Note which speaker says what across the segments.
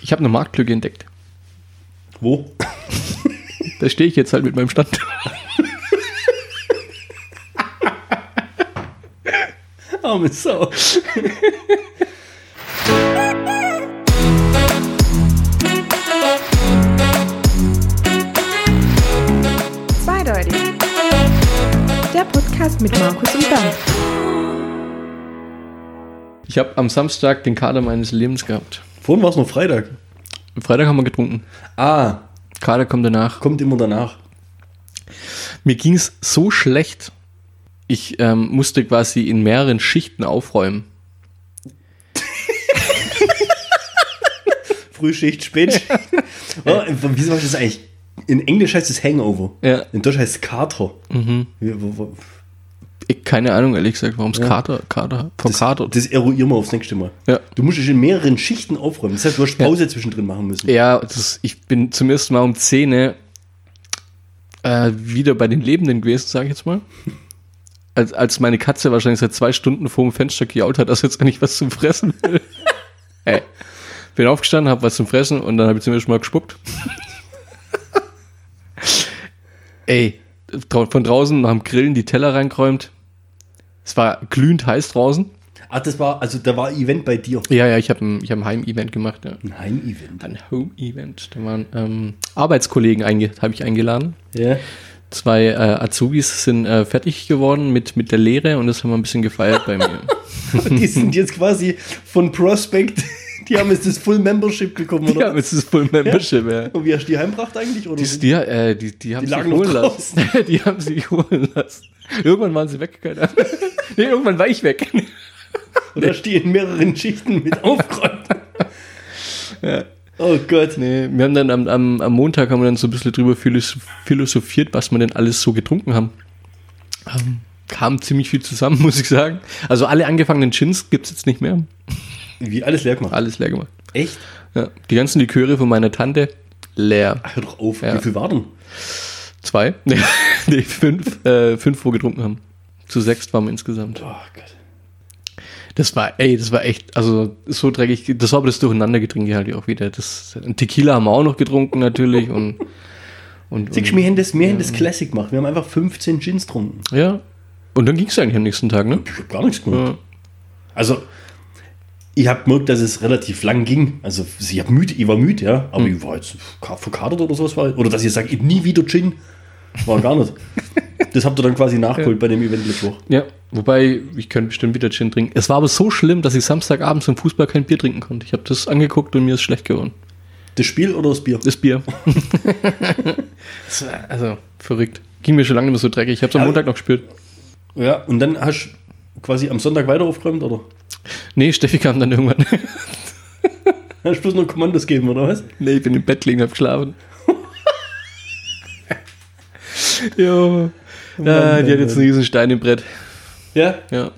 Speaker 1: Ich habe eine Marktlücke entdeckt.
Speaker 2: Wo?
Speaker 1: Da stehe ich jetzt halt mit meinem Stand.
Speaker 2: Arme Sau.
Speaker 3: Zweideutig. Der Podcast mit Markus und Dan.
Speaker 1: Ich habe am Samstag den Kader meines Lebens gehabt.
Speaker 2: Vorhin war es noch Freitag.
Speaker 1: Am Freitag haben wir getrunken.
Speaker 2: Ah,
Speaker 1: Kader kommt danach.
Speaker 2: kommt immer danach.
Speaker 1: Mir ging es so schlecht. Ich ähm, musste quasi in mehreren Schichten aufräumen.
Speaker 2: Frühschicht, Spätschicht. oh, wieso war das eigentlich? In Englisch heißt es Hangover.
Speaker 1: Ja.
Speaker 2: In Deutsch heißt es Kater. Wie- wo- wo-
Speaker 1: Ich, keine Ahnung, ehrlich gesagt, warum es Kader, Kader,
Speaker 2: Das,
Speaker 1: verkatert.
Speaker 2: das eruieren wir aufs nächste Mal.
Speaker 1: Ja.
Speaker 2: Du musst dich in mehreren Schichten aufräumen. Das heißt, du hast Pause zwischendrin machen müssen.
Speaker 1: Ja, das, ich bin zum ersten Mal um 10 Uhr, äh, wieder bei den Lebenden gewesen, sage ich jetzt mal. Als, als meine Katze wahrscheinlich seit zwei Stunden vor dem Fenster gejault hat, dass jetzt eigentlich was zum Fressen will. Ey. Bin aufgestanden, habe was zum Fressen und dann habe ich zum ersten Mal gespuckt. Ey, drau- von draußen haben Grillen die Teller reingeräumt. Es war glühend heiß draußen.
Speaker 2: Ah, das war, also da war ein Event bei dir.
Speaker 1: Ja, ja, ich habe ein, ich hab ein Heim-Event gemacht. Ja.
Speaker 2: Ein Heim-Event.
Speaker 1: ein Home-Event. Da waren ähm, Arbeitskollegen einge habe ich eingeladen.
Speaker 2: Ja.
Speaker 1: Zwei äh, Azubis sind äh, fertig geworden mit, mit der Lehre und das haben wir ein bisschen gefeiert bei mir.
Speaker 2: Die sind jetzt quasi von Prospect, die haben jetzt das Full Membership bekommen, oder?
Speaker 1: Ja, es ist voll Membership, ja.
Speaker 2: Und wie hast du die heimgebracht eigentlich? Oder?
Speaker 1: Die, die, äh, die, die haben
Speaker 2: Die
Speaker 1: sich
Speaker 2: lagen noch
Speaker 1: holen lassen. die haben sich holen lassen. Irgendwann waren sie weg. Keine Ahnung. nee, irgendwann war ich weg.
Speaker 2: Oder hast du die in mehreren Schichten mit aufgeräumt? Oh Gott.
Speaker 1: nee, wir haben dann am, am, am Montag haben wir dann so ein bisschen drüber philos- philosophiert, was wir denn alles so getrunken haben. Ähm, kam ziemlich viel zusammen, muss ich sagen. Also alle angefangenen Chins gibt es jetzt nicht mehr.
Speaker 2: Wie alles leer gemacht.
Speaker 1: Alles leer gemacht.
Speaker 2: Echt?
Speaker 1: Ja, die ganzen Liköre von meiner Tante leer.
Speaker 2: Ach, hör doch auf.
Speaker 1: Ja.
Speaker 2: Wie viel war denn?
Speaker 1: Zwei? Nee, nee fünf, äh, fünf, wo wir getrunken haben. Zu sechs waren wir insgesamt.
Speaker 2: Oh Gott.
Speaker 1: Das war, ey, das war echt, also so dreckig. Das war aber das Durcheinandergetränke halt auch wieder. Das, ein Tequila haben wir auch noch getrunken natürlich und. und,
Speaker 2: Siehst
Speaker 1: und
Speaker 2: du, wir haben das, wir haben das Classic gemacht. Wir haben einfach 15 Gins getrunken.
Speaker 1: ja. Und dann ging es eigentlich am nächsten Tag, ne?
Speaker 2: Ich hab gar nichts gemacht.
Speaker 1: Ja.
Speaker 2: Also, ich habe gemerkt, dass es relativ lang ging. Also, ich, hab müde, ich war müde, ja. Aber
Speaker 1: Hm.
Speaker 2: ich war jetzt ka- verkatert oder sowas. War, oder dass ich sage, ich nie wieder Gin. War gar nicht. Das habt ihr dann quasi nachgeholt bei dem Event Mittwoch.
Speaker 1: ja. Wobei, ich könnte bestimmt wieder Gin trinken. Es war aber so schlimm, dass ich Samstagabend zum Fußball kein Bier trinken konnte. Ich habe das angeguckt und mir ist schlecht geworden.
Speaker 2: Das Spiel oder das Bier?
Speaker 1: Das Bier. Das war- also, verrückt. Ging mir schon lange nicht mehr so dreckig. Ich habe es am
Speaker 2: Aber-
Speaker 1: Montag noch gespürt.
Speaker 2: Ja, und dann hast du quasi am Sonntag weiter aufgeräumt, oder?
Speaker 1: Nee, Steffi kam dann irgendwann.
Speaker 2: Hast du bloß nur Kommandos geben, oder was?
Speaker 1: nee, ich bin im Bett liegen, hab geschlafen. jo. Äh, die hat jetzt einen riesen Stein im Brett.
Speaker 2: Ja.
Speaker 1: Ja.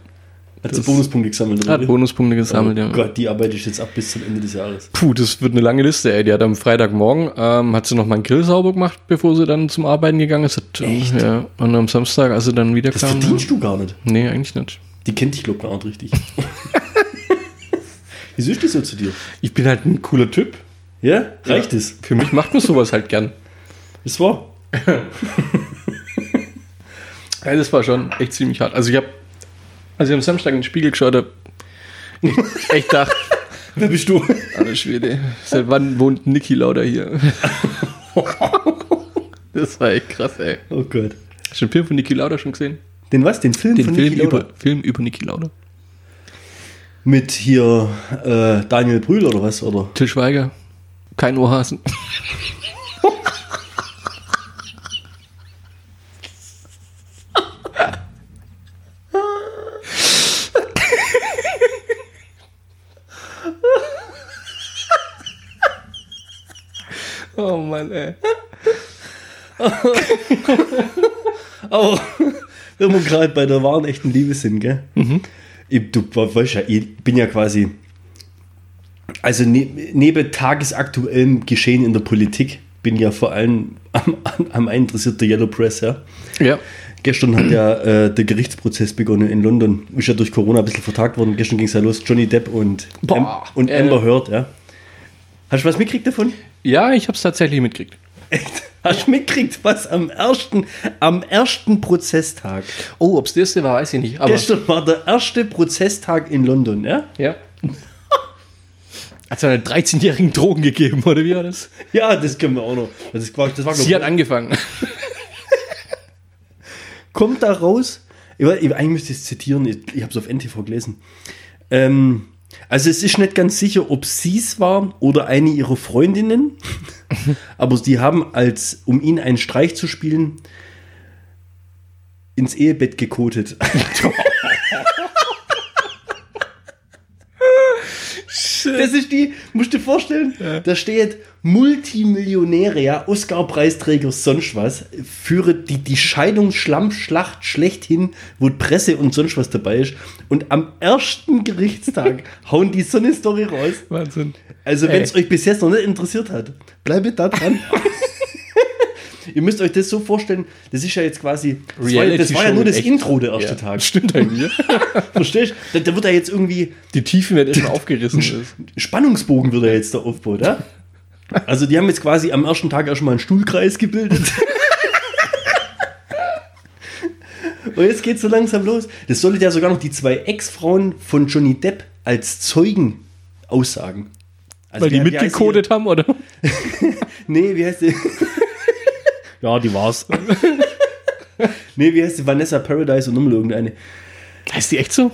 Speaker 2: Hat sie Bonuspunkte gesammelt, oder?
Speaker 1: Hat
Speaker 2: wie?
Speaker 1: Bonuspunkte gesammelt,
Speaker 2: oh
Speaker 1: ja.
Speaker 2: Gott, die arbeite ich jetzt ab bis zum Ende des Jahres.
Speaker 1: Puh, das wird eine lange Liste, ey. Die hat am Freitagmorgen, ähm, hat sie noch mal einen Grill sauber gemacht, bevor sie dann zum Arbeiten gegangen ist. Hat, ähm,
Speaker 2: Echt?
Speaker 1: Ja. Und am Samstag, als sie dann wieder
Speaker 2: Das
Speaker 1: kam.
Speaker 2: verdienst du gar nicht.
Speaker 1: Nee, eigentlich nicht.
Speaker 2: Die kennt dich, glaube ich, gar nicht richtig. Wieso ist die so zu dir?
Speaker 1: Ich bin halt ein cooler Typ.
Speaker 2: Ja? Reicht es?
Speaker 1: Für mich macht man sowas halt gern.
Speaker 2: Ist wahr?
Speaker 1: Ja, das war schon echt ziemlich hart. Also ich habe, als ich am Samstag in den Spiegel geschaut habe, echt- echt dachte,
Speaker 2: Wer bist du?
Speaker 1: alle Schwede, seit wann wohnt Niki Lauda hier? Das war echt krass, ey.
Speaker 2: Oh Gott.
Speaker 1: Hast du den Film von Niki Lauda schon gesehen?
Speaker 2: Den was? Den Film
Speaker 1: Den
Speaker 2: von
Speaker 1: Film,
Speaker 2: Niki Lauda?
Speaker 1: Über, Film über Niki Lauda.
Speaker 2: Mit hier äh, Daniel Brühl oder was? Oder?
Speaker 1: Till Schweiger, kein Ohrhasen. Oh Mann, ey.
Speaker 2: Aber wenn wir gerade bei der wahren echten Liebe sind, gell?
Speaker 1: Mhm.
Speaker 2: Ich, du we- weißt ja, ich bin ja quasi. Also ne, neben tagesaktuellem Geschehen in der Politik bin ja vor allem am, am, am interessiert der Yellow Press, ja.
Speaker 1: Ja.
Speaker 2: Gestern hat ja äh, der Gerichtsprozess begonnen in London. Ist ja durch Corona ein bisschen vertagt worden. Gestern ging es ja los. Johnny Depp und,
Speaker 1: Boah,
Speaker 2: und
Speaker 1: äh.
Speaker 2: Amber Heard, ja. Hast du was mitgekriegt davon?
Speaker 1: Ja, ich habe es tatsächlich mitgekriegt.
Speaker 2: Echt? Hast du mitgekriegt, was am ersten, am ersten Prozesstag?
Speaker 1: Oh, ob es das hier war, weiß ich nicht. Aber
Speaker 2: Gestern war der erste Prozesstag in London, ja?
Speaker 1: ja. Hat sie einer 13-jährigen Drogen gegeben, oder wie war das?
Speaker 2: Ja, das können wir auch noch. Das, ist, das war,
Speaker 1: Sie hat angefangen.
Speaker 2: kommt da raus. Ich, weiß- ich, eigentlich müsste ich es zitieren, ich, ich habe es auf NTV gelesen. Ähm, also es ist nicht ganz sicher, ob sie es war oder eine ihrer Freundinnen. Aber die haben, als um ihn einen Streich zu spielen, ins Ehebett gekotet. Das ist die, musst du dir vorstellen, da steht Multimillionär, Oscar-Preisträger, sonst was, führe die, die Scheidungsschlammschlacht schlechthin, wo Presse und sonst was dabei ist. Und am ersten Gerichtstag hauen die so eine Story raus.
Speaker 1: Wahnsinn.
Speaker 2: Also, wenn es
Speaker 1: Ey.
Speaker 2: euch bis jetzt noch nicht interessiert hat, bleibt da dran. Ihr müsst euch das so vorstellen, das ist ja jetzt quasi. Das war, das war ja
Speaker 1: Reality-Show
Speaker 2: nur das
Speaker 1: in echt.
Speaker 2: Intro der erste
Speaker 1: Ja,
Speaker 2: Tag.
Speaker 1: Stimmt eigentlich.
Speaker 2: Verstehst du? Da, da wird er jetzt irgendwie.
Speaker 1: Die Tiefen werden immer aufgerissen. Ist.
Speaker 2: Spannungsbogen wird er jetzt da aufbauen, ja? Also, die haben jetzt quasi am ersten Tag erstmal einen Stuhlkreis gebildet. Und jetzt geht's so langsam los. Das sollte ja sogar noch die zwei Ex-Frauen von Johnny Depp als Zeugen aussagen. Also
Speaker 1: Weil die
Speaker 2: wer- wie heißt
Speaker 1: mitgekodet haben, oder?
Speaker 2: Nee, wie heißt die? ja, die war's. nee, wie heißt die? Vanessa Paradise und nochmal irgendeine.
Speaker 1: Heißt die echt so?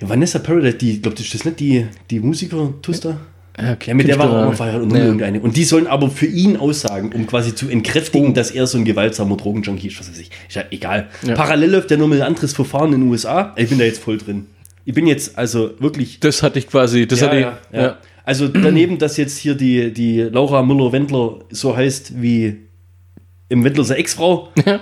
Speaker 2: Ja, Vanessa Paradise, die, glaubt ihr, ist das nicht die, die Musiker-Tuster? Ja, mit der war er auch noch verheiratet und nochmal irgendeine. Und die sollen aber für ihn aussagen, um quasi zu entkräftigen, dass er so ein gewaltsamer Drogenjunkie ist, was weiß ich. Ist ja egal.
Speaker 1: Ja.
Speaker 2: Parallel läuft ja nochmal ein anderes Verfahren in den USA. Ich bin da jetzt voll drin. Ich bin jetzt also wirklich
Speaker 1: Das hatte ich quasi. Das hatte ich,
Speaker 2: ja, ja, ja. Also daneben, dass jetzt hier die, die Laura Müller-Wendler so heißt wie im Wendlerser Ex-Frau,
Speaker 1: Ja.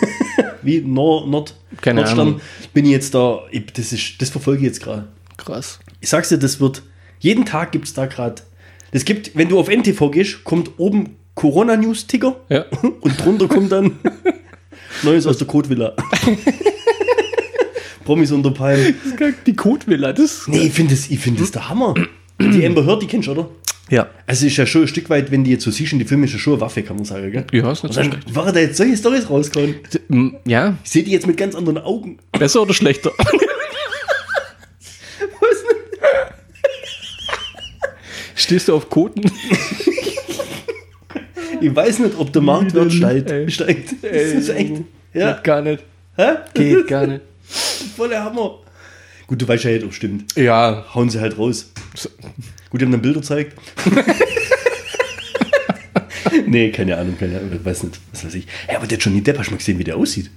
Speaker 2: wie Nord, Nord,
Speaker 1: Keine
Speaker 2: Nordstern,
Speaker 1: Ahnung.
Speaker 2: bin ich jetzt da, ich, das, ist, das verfolge ich jetzt gerade.
Speaker 1: Krass.
Speaker 2: Ich sag's dir, das wird, jeden Tag gibt's da gerade, das gibt, wenn du auf NTV gehst, kommt oben Corona-News-Ticker
Speaker 1: Ja.
Speaker 2: und drunter kommt dann Neues aus der Kotvilla. Promis unter Palmen.
Speaker 1: Die Kotvilla, das.
Speaker 2: Nee, ich finde das, ich find das der Hammer. Die Amber Heard, die kennst du, oder?
Speaker 1: Ja.
Speaker 2: Hm? Also ist ja schon ein Stück weit, wenn die jetzt so siehst, in die Filme ist ja schon eine Waffe, kann man sagen, gell?
Speaker 1: Ja, ist nicht
Speaker 2: Und
Speaker 1: so
Speaker 2: dann waren da jetzt solche Storys rausgekommen.
Speaker 1: schlecht. Mm, Ja,
Speaker 2: Ich sehe die jetzt mit ganz anderen Augen.
Speaker 1: besser oder schlechter? Stehst du auf Koten?
Speaker 2: Ich weiß nicht, ob der Marktwert
Speaker 1: Ey.
Speaker 2: steigt. steigt. Das ist echt. Ja,
Speaker 1: Geht gar nicht.
Speaker 2: Hä?
Speaker 1: Geht gar nicht.
Speaker 2: voller Hammer. Gut, du weißt ja jetzt, ob es stimmt.
Speaker 1: Ja.
Speaker 2: Hauen sie halt raus. Gut, die haben dann Bilder gezeigt. nee, keine Ahnung, keine Ahnung, weiß nicht, was weiß ich. Ja, aber der Johnny Depp, hast du mal gesehen, wie der aussieht?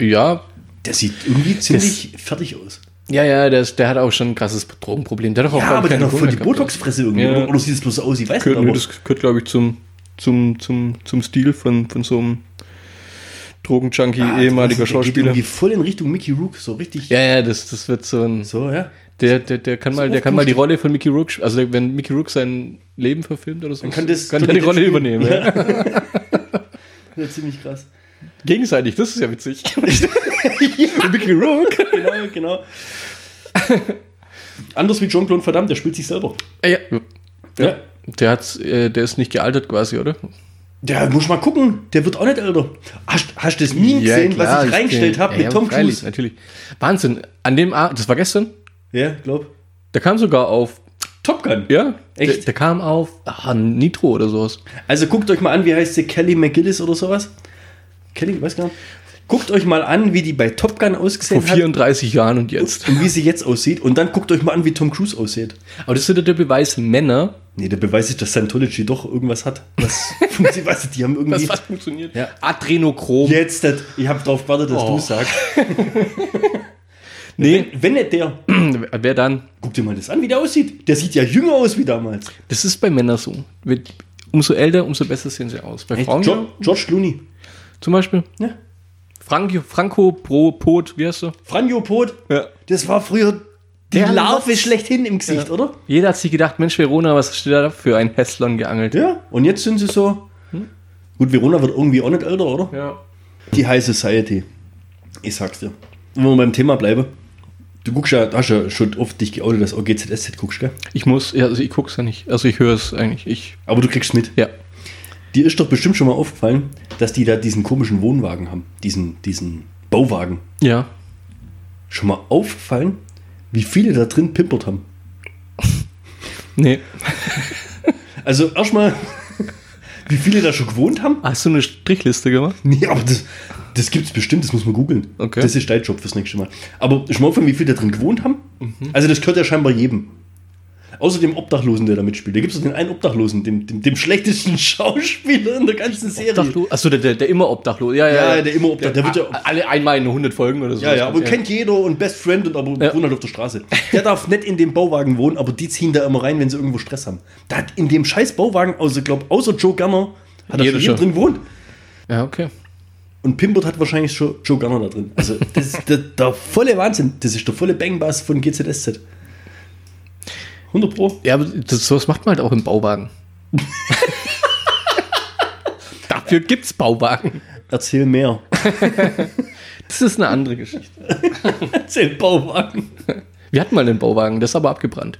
Speaker 1: Ja.
Speaker 2: Der sieht irgendwie ziemlich fertig aus.
Speaker 1: Ja, ja, der, ist- der hat auch schon ein krasses Drogenproblem. Der hat doch auch
Speaker 2: Ja,
Speaker 1: gar
Speaker 2: aber der
Speaker 1: keine
Speaker 2: hat noch voll die
Speaker 1: Corona gehabt.
Speaker 2: Botox-Fresse irgendwie.
Speaker 1: Ja.
Speaker 2: Oder, oder sieht es bloß so aus? Ich weiß
Speaker 1: gehört,
Speaker 2: nicht.
Speaker 1: nö,
Speaker 2: Aber,
Speaker 1: das gehört, glaube ich, zum, zum, zum, zum Stil von, von so einem Drogenjunkie,
Speaker 2: Ah,
Speaker 1: ehemaliger
Speaker 2: der geht
Speaker 1: Schauspieler.
Speaker 2: Irgendwie voll in Richtung Mickey Rook, so richtig.
Speaker 1: Ja, ja, das, das wird so ein.
Speaker 2: So, ja.
Speaker 1: Der, der, der kann mal, der kann mal die
Speaker 2: hochgepusht.
Speaker 1: Rolle von Mickey Rook, sp- also der, wenn Mickey Rook sein Leben verfilmt oder so,
Speaker 2: Dann kann das
Speaker 1: der
Speaker 2: Johnny
Speaker 1: die
Speaker 2: Depp
Speaker 1: Rolle
Speaker 2: spielen.
Speaker 1: übernehmen. Ja.
Speaker 2: Ja. ja, ziemlich krass.
Speaker 1: Gegenseitig, das ist ja witzig. Mickey Rook.
Speaker 2: Genau, genau. Anders wie Jean-Claude Verdammt, der spielt sich selber.
Speaker 1: Ja,
Speaker 2: Ja.
Speaker 1: Der hat's, äh, der ist nicht gealtert quasi, oder?
Speaker 2: Der muss mal gucken, der wird auch nicht älter. Hast hast du das Meme gesehen, was ich reingestellt habe mit Tom
Speaker 1: Freilich,
Speaker 2: Cruise?
Speaker 1: natürlich. Wahnsinn, an dem Abend, das war gestern,
Speaker 2: Ja, glaub.
Speaker 1: der kam sogar auf,
Speaker 2: Top Gun.
Speaker 1: ja,
Speaker 2: Echt?
Speaker 1: Der, der kam auf ah, Nitro oder sowas.
Speaker 2: Also guckt euch mal an, wie heißt sie? Kelly McGillis oder sowas? Kelly, weiß gar nicht. Guckt euch mal an, wie die bei Top Gun ausgesehen
Speaker 1: Vor
Speaker 2: hat
Speaker 1: 34 Jahren und jetzt.
Speaker 2: und wie sie jetzt aussieht. Und dann guckt euch mal an, wie Tom Cruise aussieht.
Speaker 1: Aber das ist wieder der Beweis, Männer.
Speaker 2: Nee, der Beweis ist, dass Scientology doch irgendwas hat. Was, funktioniert- was die haben irgendwie.
Speaker 1: funktioniert.
Speaker 2: Ja.
Speaker 1: Adrenochrom.
Speaker 2: Jetzt, das, ich habe drauf gewartet, dass
Speaker 1: Oh.
Speaker 2: du sagst.
Speaker 1: Nee,
Speaker 2: Wenn nicht der,
Speaker 1: wer dann?
Speaker 2: guck dir mal das an, wie der aussieht. Der sieht ja jünger aus wie damals.
Speaker 1: Das ist bei Männern so. Wenn- Umso älter, umso besser sehen sie aus. Bei Frauen
Speaker 2: George, George Clooney.
Speaker 1: zum Beispiel.
Speaker 2: Ja.
Speaker 1: Frank, Franco Pro Pot, wie heißt er?
Speaker 2: Franjo Pot.
Speaker 1: Ja.
Speaker 2: Das war früher die
Speaker 1: Der
Speaker 2: Larve
Speaker 1: Lotz.
Speaker 2: schlechthin im Gesicht, oder?
Speaker 1: Jeder hat sich gedacht, Mensch, Verona, was hast du da für ein Hässlon geangelt?
Speaker 2: Ja. Und jetzt sind sie so. Gut, Verona wird irgendwie auch nicht älter, oder?
Speaker 1: Ja.
Speaker 2: Die High Society. Ich sag's dir. Wenn wir beim Thema bleiben. Du guckst ja, hast ja schon oft dich geoutet, dass OGZSZ guckst, gell?
Speaker 1: Ich muss, ja, also ich guck's ja nicht. Also ich höre es eigentlich. Ich,
Speaker 2: Aber du kriegst mit.
Speaker 1: ja.
Speaker 2: Dir ist doch bestimmt schon mal aufgefallen, dass die da diesen komischen Wohnwagen haben. Diesen, diesen Bauwagen.
Speaker 1: Ja.
Speaker 2: Schon mal aufgefallen, wie viele da drin pimpert haben.
Speaker 1: Nee.
Speaker 2: Also erstmal, wie viele da schon gewohnt haben.
Speaker 1: Hast du eine Strichliste gemacht?
Speaker 2: Nee, aber das, das gibt es bestimmt, das muss man googeln.
Speaker 1: Okay.
Speaker 2: Das ist dein Job fürs nächste Mal. Aber schon mal aufgefallen, wie viele da drin gewohnt haben?
Speaker 1: Mhm.
Speaker 2: Also das gehört ja scheinbar jedem. Außer dem Obdachlosen, der da mitspielt. Da gibt es den einen Obdachlosen, dem, dem, dem schlechtesten Schauspieler in der ganzen Serie.
Speaker 1: Achso, der, der, der immer Obdachlos. Ja, Ah,
Speaker 2: Ja, der immer Obdach- der wird ja-
Speaker 1: alle einmal in 100 Folgen oder so.
Speaker 2: Ja, ja, aber kennt jeder und Best Friend und aber
Speaker 1: Ja.
Speaker 2: wohnt halt auf der Straße. Der darf nicht in dem Bauwagen wohnen, aber die ziehen da immer rein, wenn sie irgendwo Stress haben. Da hat in dem scheiß Bauwagen, also glaub, außer Joe Garner, hat
Speaker 1: Jeder
Speaker 2: er schon
Speaker 1: schon.
Speaker 2: drin gewohnt.
Speaker 1: Ja, okay.
Speaker 2: Und Pimbert hat wahrscheinlich schon Joe Garner da drin. Also das ist der, der volle Wahnsinn. Das ist der volle Bangbass von GZSZ. 100 Pro.
Speaker 1: Ja, aber das, sowas macht man halt auch im Bauwagen. Dafür gibt's Bauwagen.
Speaker 2: Erzähl mehr.
Speaker 1: Das ist eine andere Geschichte.
Speaker 2: Erzähl Bauwagen.
Speaker 1: Wir hatten mal einen Bauwagen, der ist aber abgebrannt.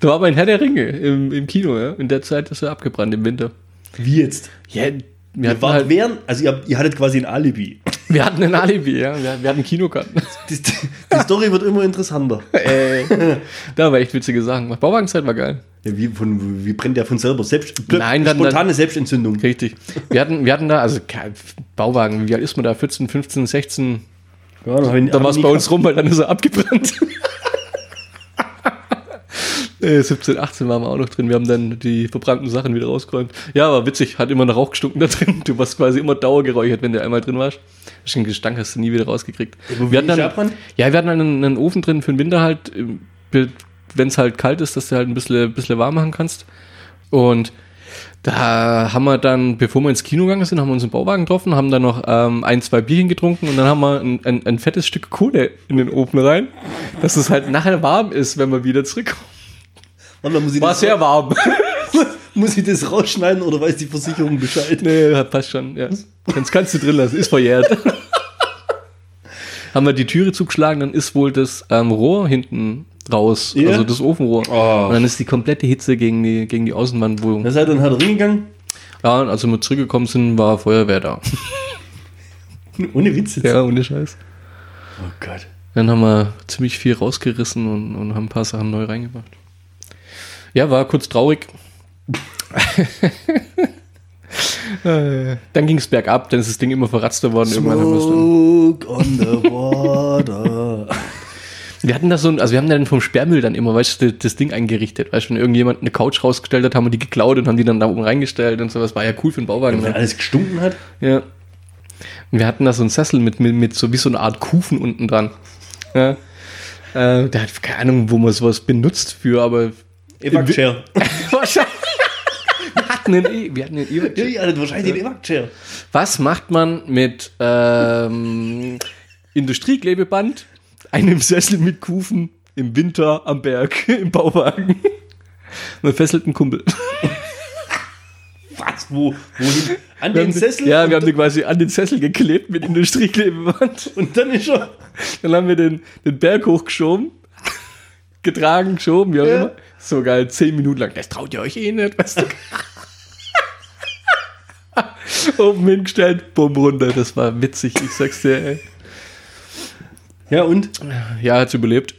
Speaker 1: da war mein Herr der Ringe im, im Kino, ja. In der Zeit ist er abgebrannt im Winter.
Speaker 2: Wie jetzt?
Speaker 1: Ja, wir
Speaker 2: Ihr
Speaker 1: hatten,
Speaker 2: wart
Speaker 1: halt,
Speaker 2: während, also ihr, habt- ihr hattet quasi ein Alibi.
Speaker 1: wir hatten ein Alibi, ja. Wir, wir hatten Kinokarten.
Speaker 2: Die, die Story wird immer interessanter.
Speaker 1: Ey, da war echt witzige Sachen. gemacht. Bauwagenzeit war geil.
Speaker 2: Ja, wie, von, wie brennt der von selber? Selbst,
Speaker 1: Nein, dann-
Speaker 2: spontane Selbstentzündung.
Speaker 1: Richtig. Wir hatten, wir hatten da, also kein Bauwagen, wie alt ist man da? 14, 15, 16?
Speaker 2: Ja, dann hab ich-
Speaker 1: Da war
Speaker 2: hab
Speaker 1: es
Speaker 2: ich
Speaker 1: bei
Speaker 2: nie
Speaker 1: uns rum, weil dann ist er abgebrannt. Äh, 17, 18 waren wir auch noch drin. Wir haben dann die verbrannten Sachen wieder rausgeräumt. Ja, war witzig. Hat immer noch Rauch gestunken da drin. Du warst quasi immer dauergeräuchert, wenn du einmal drin warst. Den Gestank hast du nie wieder rausgekriegt.
Speaker 2: wo
Speaker 1: Wir hatten
Speaker 2: will ich
Speaker 1: dann,
Speaker 2: abrennen?
Speaker 1: ja, wir hatten einen, einen Ofen drin für den Winter halt, wenn es halt kalt ist, dass du halt ein bisschen, bisschen warm machen kannst. Und da haben wir dann, bevor wir ins Kino gegangen sind, haben wir uns im Bauwagen getroffen, haben dann noch ähm, ein, zwei Bierchen getrunken und dann haben wir ein, ein, ein fettes Stück Kohle in den Ofen rein, dass es halt nachher warm ist, wenn wir wieder zurückkommen.
Speaker 2: Warte, muss ich,
Speaker 1: War
Speaker 2: das,
Speaker 1: sehr warm.
Speaker 2: muss ich das rausschneiden oder weiß die Versicherung Bescheid?
Speaker 1: nee, ja, passt schon. Ja. Sonst kannst du drin lassen, ist verjährt. haben wir die Türe zugeschlagen, dann ist wohl das ähm, Rohr hinten raus,
Speaker 2: Ja.
Speaker 1: also das Ofenrohr.
Speaker 2: Oh.
Speaker 1: Und dann ist die komplette Hitze gegen die, gegen die Außenwand, wo
Speaker 2: Da seid ihr dann halt reingegangen.
Speaker 1: ja, und als wir zurückgekommen sind, war Feuerwehr da.
Speaker 2: Ohne Witz jetzt.
Speaker 1: ohne Scheiß.
Speaker 2: Oh Gott.
Speaker 1: Dann haben wir ziemlich viel rausgerissen und, und haben ein paar Sachen neu reingemacht. Ja, war kurz traurig. Äh, dann ging es bergab, dann ist das Ding immer verratzter worden. Irgendwann haben wir's dann-
Speaker 2: Smoke on the water.
Speaker 1: wir hatten das so, ein- also wir haben dann vom Sperrmüll dann immer, weißt du, das Ding eingerichtet. Weißt du, wenn irgendjemand eine Couch rausgestellt hat, haben wir die geklaut und haben die dann da oben reingestellt und sowas. War ja cool für den Bauwagen.
Speaker 2: Wenn
Speaker 1: ne?
Speaker 2: alles gestunken hat.
Speaker 1: Ja. Und wir hatten da so einen Sessel mit, mit, mit so wie so eine Art Kufen unten dran. Ja. Äh, der hat keine Ahnung, wo man sowas benutzt für, aber
Speaker 2: Evac-Chair.
Speaker 1: wahrscheinlich. Wir hatten einen, e wir hatten einen e
Speaker 2: Ja, ihr hattet also wahrscheinlich den Evac-Chair.
Speaker 1: Was macht man mit ähm, Industrieklebeband, einem Sessel mit Kufen im Winter am Berg im Bauwagen? Man fesselt einen Kumpel.
Speaker 2: Was? Wo? Wohin? An den Sessel?
Speaker 1: Ja, wir haben den quasi an den Sessel geklebt mit Industrieklebeband.
Speaker 2: Und dann ist er.
Speaker 1: Dann haben wir den, den Berg hochgeschoben, getragen, geschoben, wie auch
Speaker 2: Ja.
Speaker 1: immer. So geil, zehn Minuten lang. Das traut ihr euch eh nicht, weißt du? Oben hingestellt, bumm runter. Das war witzig, ich sag's dir, ey.
Speaker 2: Ja, und?
Speaker 1: Ja, hat's überlebt.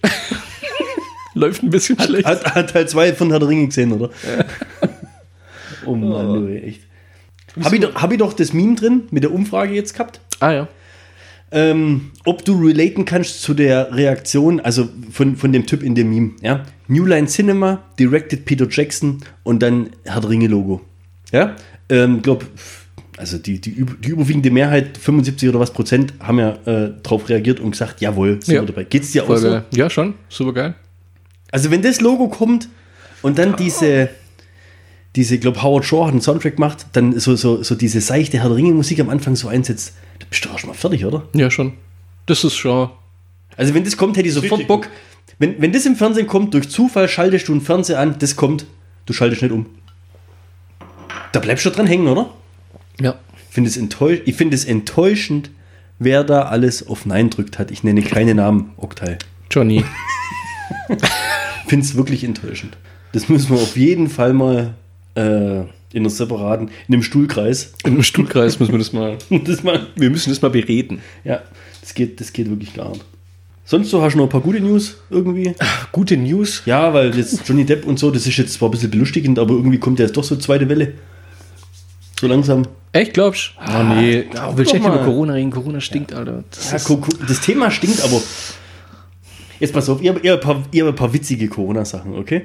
Speaker 1: Läuft ein bisschen schlecht.
Speaker 2: Hat, hat Teil 2 von Herr der Ringe gesehen, oder? oh Mann, du, ey, echt. Habe ich, doch- hab ich doch das Meme drin mit der Umfrage jetzt gehabt?
Speaker 1: Ah ja.
Speaker 2: ähm, ob du relaten kannst zu der Reaktion, also von, von dem Typ in dem Meme. Ja? New Line Cinema, directed Peter Jackson und dann Herr der Ringe Logo. Ja, ähm, glaub, also die, die, üb- die überwiegende Mehrheit, 75 oder was Prozent, haben ja äh, darauf reagiert und gesagt, jawohl, sind
Speaker 1: Ja.
Speaker 2: wir dabei. Geht's dir auch
Speaker 1: Voll
Speaker 2: so?
Speaker 1: geil. Ja, schon. Super geil.
Speaker 2: Also wenn das Logo kommt und dann diese, diese, glaube Howard Shaw hat einen Soundtrack gemacht, dann so, so, so diese seichte Herr der Ringe Musik am Anfang so einsetzt, dann bist du auch schon mal fertig, oder?
Speaker 1: Ja, schon. Das ist schon.
Speaker 2: Also wenn das kommt, hätte ich sofort
Speaker 1: Richtig
Speaker 2: Bock. Wenn, wenn das im Fernsehen kommt, durch Zufall schaltest du einen Fernseher an, das kommt, du schaltest nicht um. Da bleibst du dran hängen, oder?
Speaker 1: Ja.
Speaker 2: Ich finde es enttäusch, ich finde es enttäuschend, wer da alles auf Nein drückt hat. Ich nenne keine Namen, Oktay.
Speaker 1: Johnny.
Speaker 2: Finde es wirklich enttäuschend. Das müssen wir auf jeden Fall mal äh, in einer separaten, in einem Stuhlkreis. um
Speaker 1: In einem Stuhlkreis müssen wir das mal.
Speaker 2: Das mal
Speaker 1: Wir müssen das mal bereden.
Speaker 2: ja, das geht, das geht wirklich gar nicht. Sonst so hast du noch ein paar gute News irgendwie?
Speaker 1: Gute News.
Speaker 2: Ja, weil jetzt Johnny Depp und so, das ist jetzt zwar ein bisschen belustigend, aber irgendwie kommt ja jetzt doch so zweite Welle. So langsam.
Speaker 1: Echt, glaubst du? Ah, nee. Ah, will ich
Speaker 2: doch
Speaker 1: echt über
Speaker 2: mal.
Speaker 1: Corona reden? Corona stinkt, Alter. Das
Speaker 2: Ja,
Speaker 1: ist-
Speaker 2: guck, guck, das Thema stinkt, aber. Jetzt pass auf, ihr habt, ihr habt, ein, paar, ihr habt ein paar witzige Corona-Sachen, okay?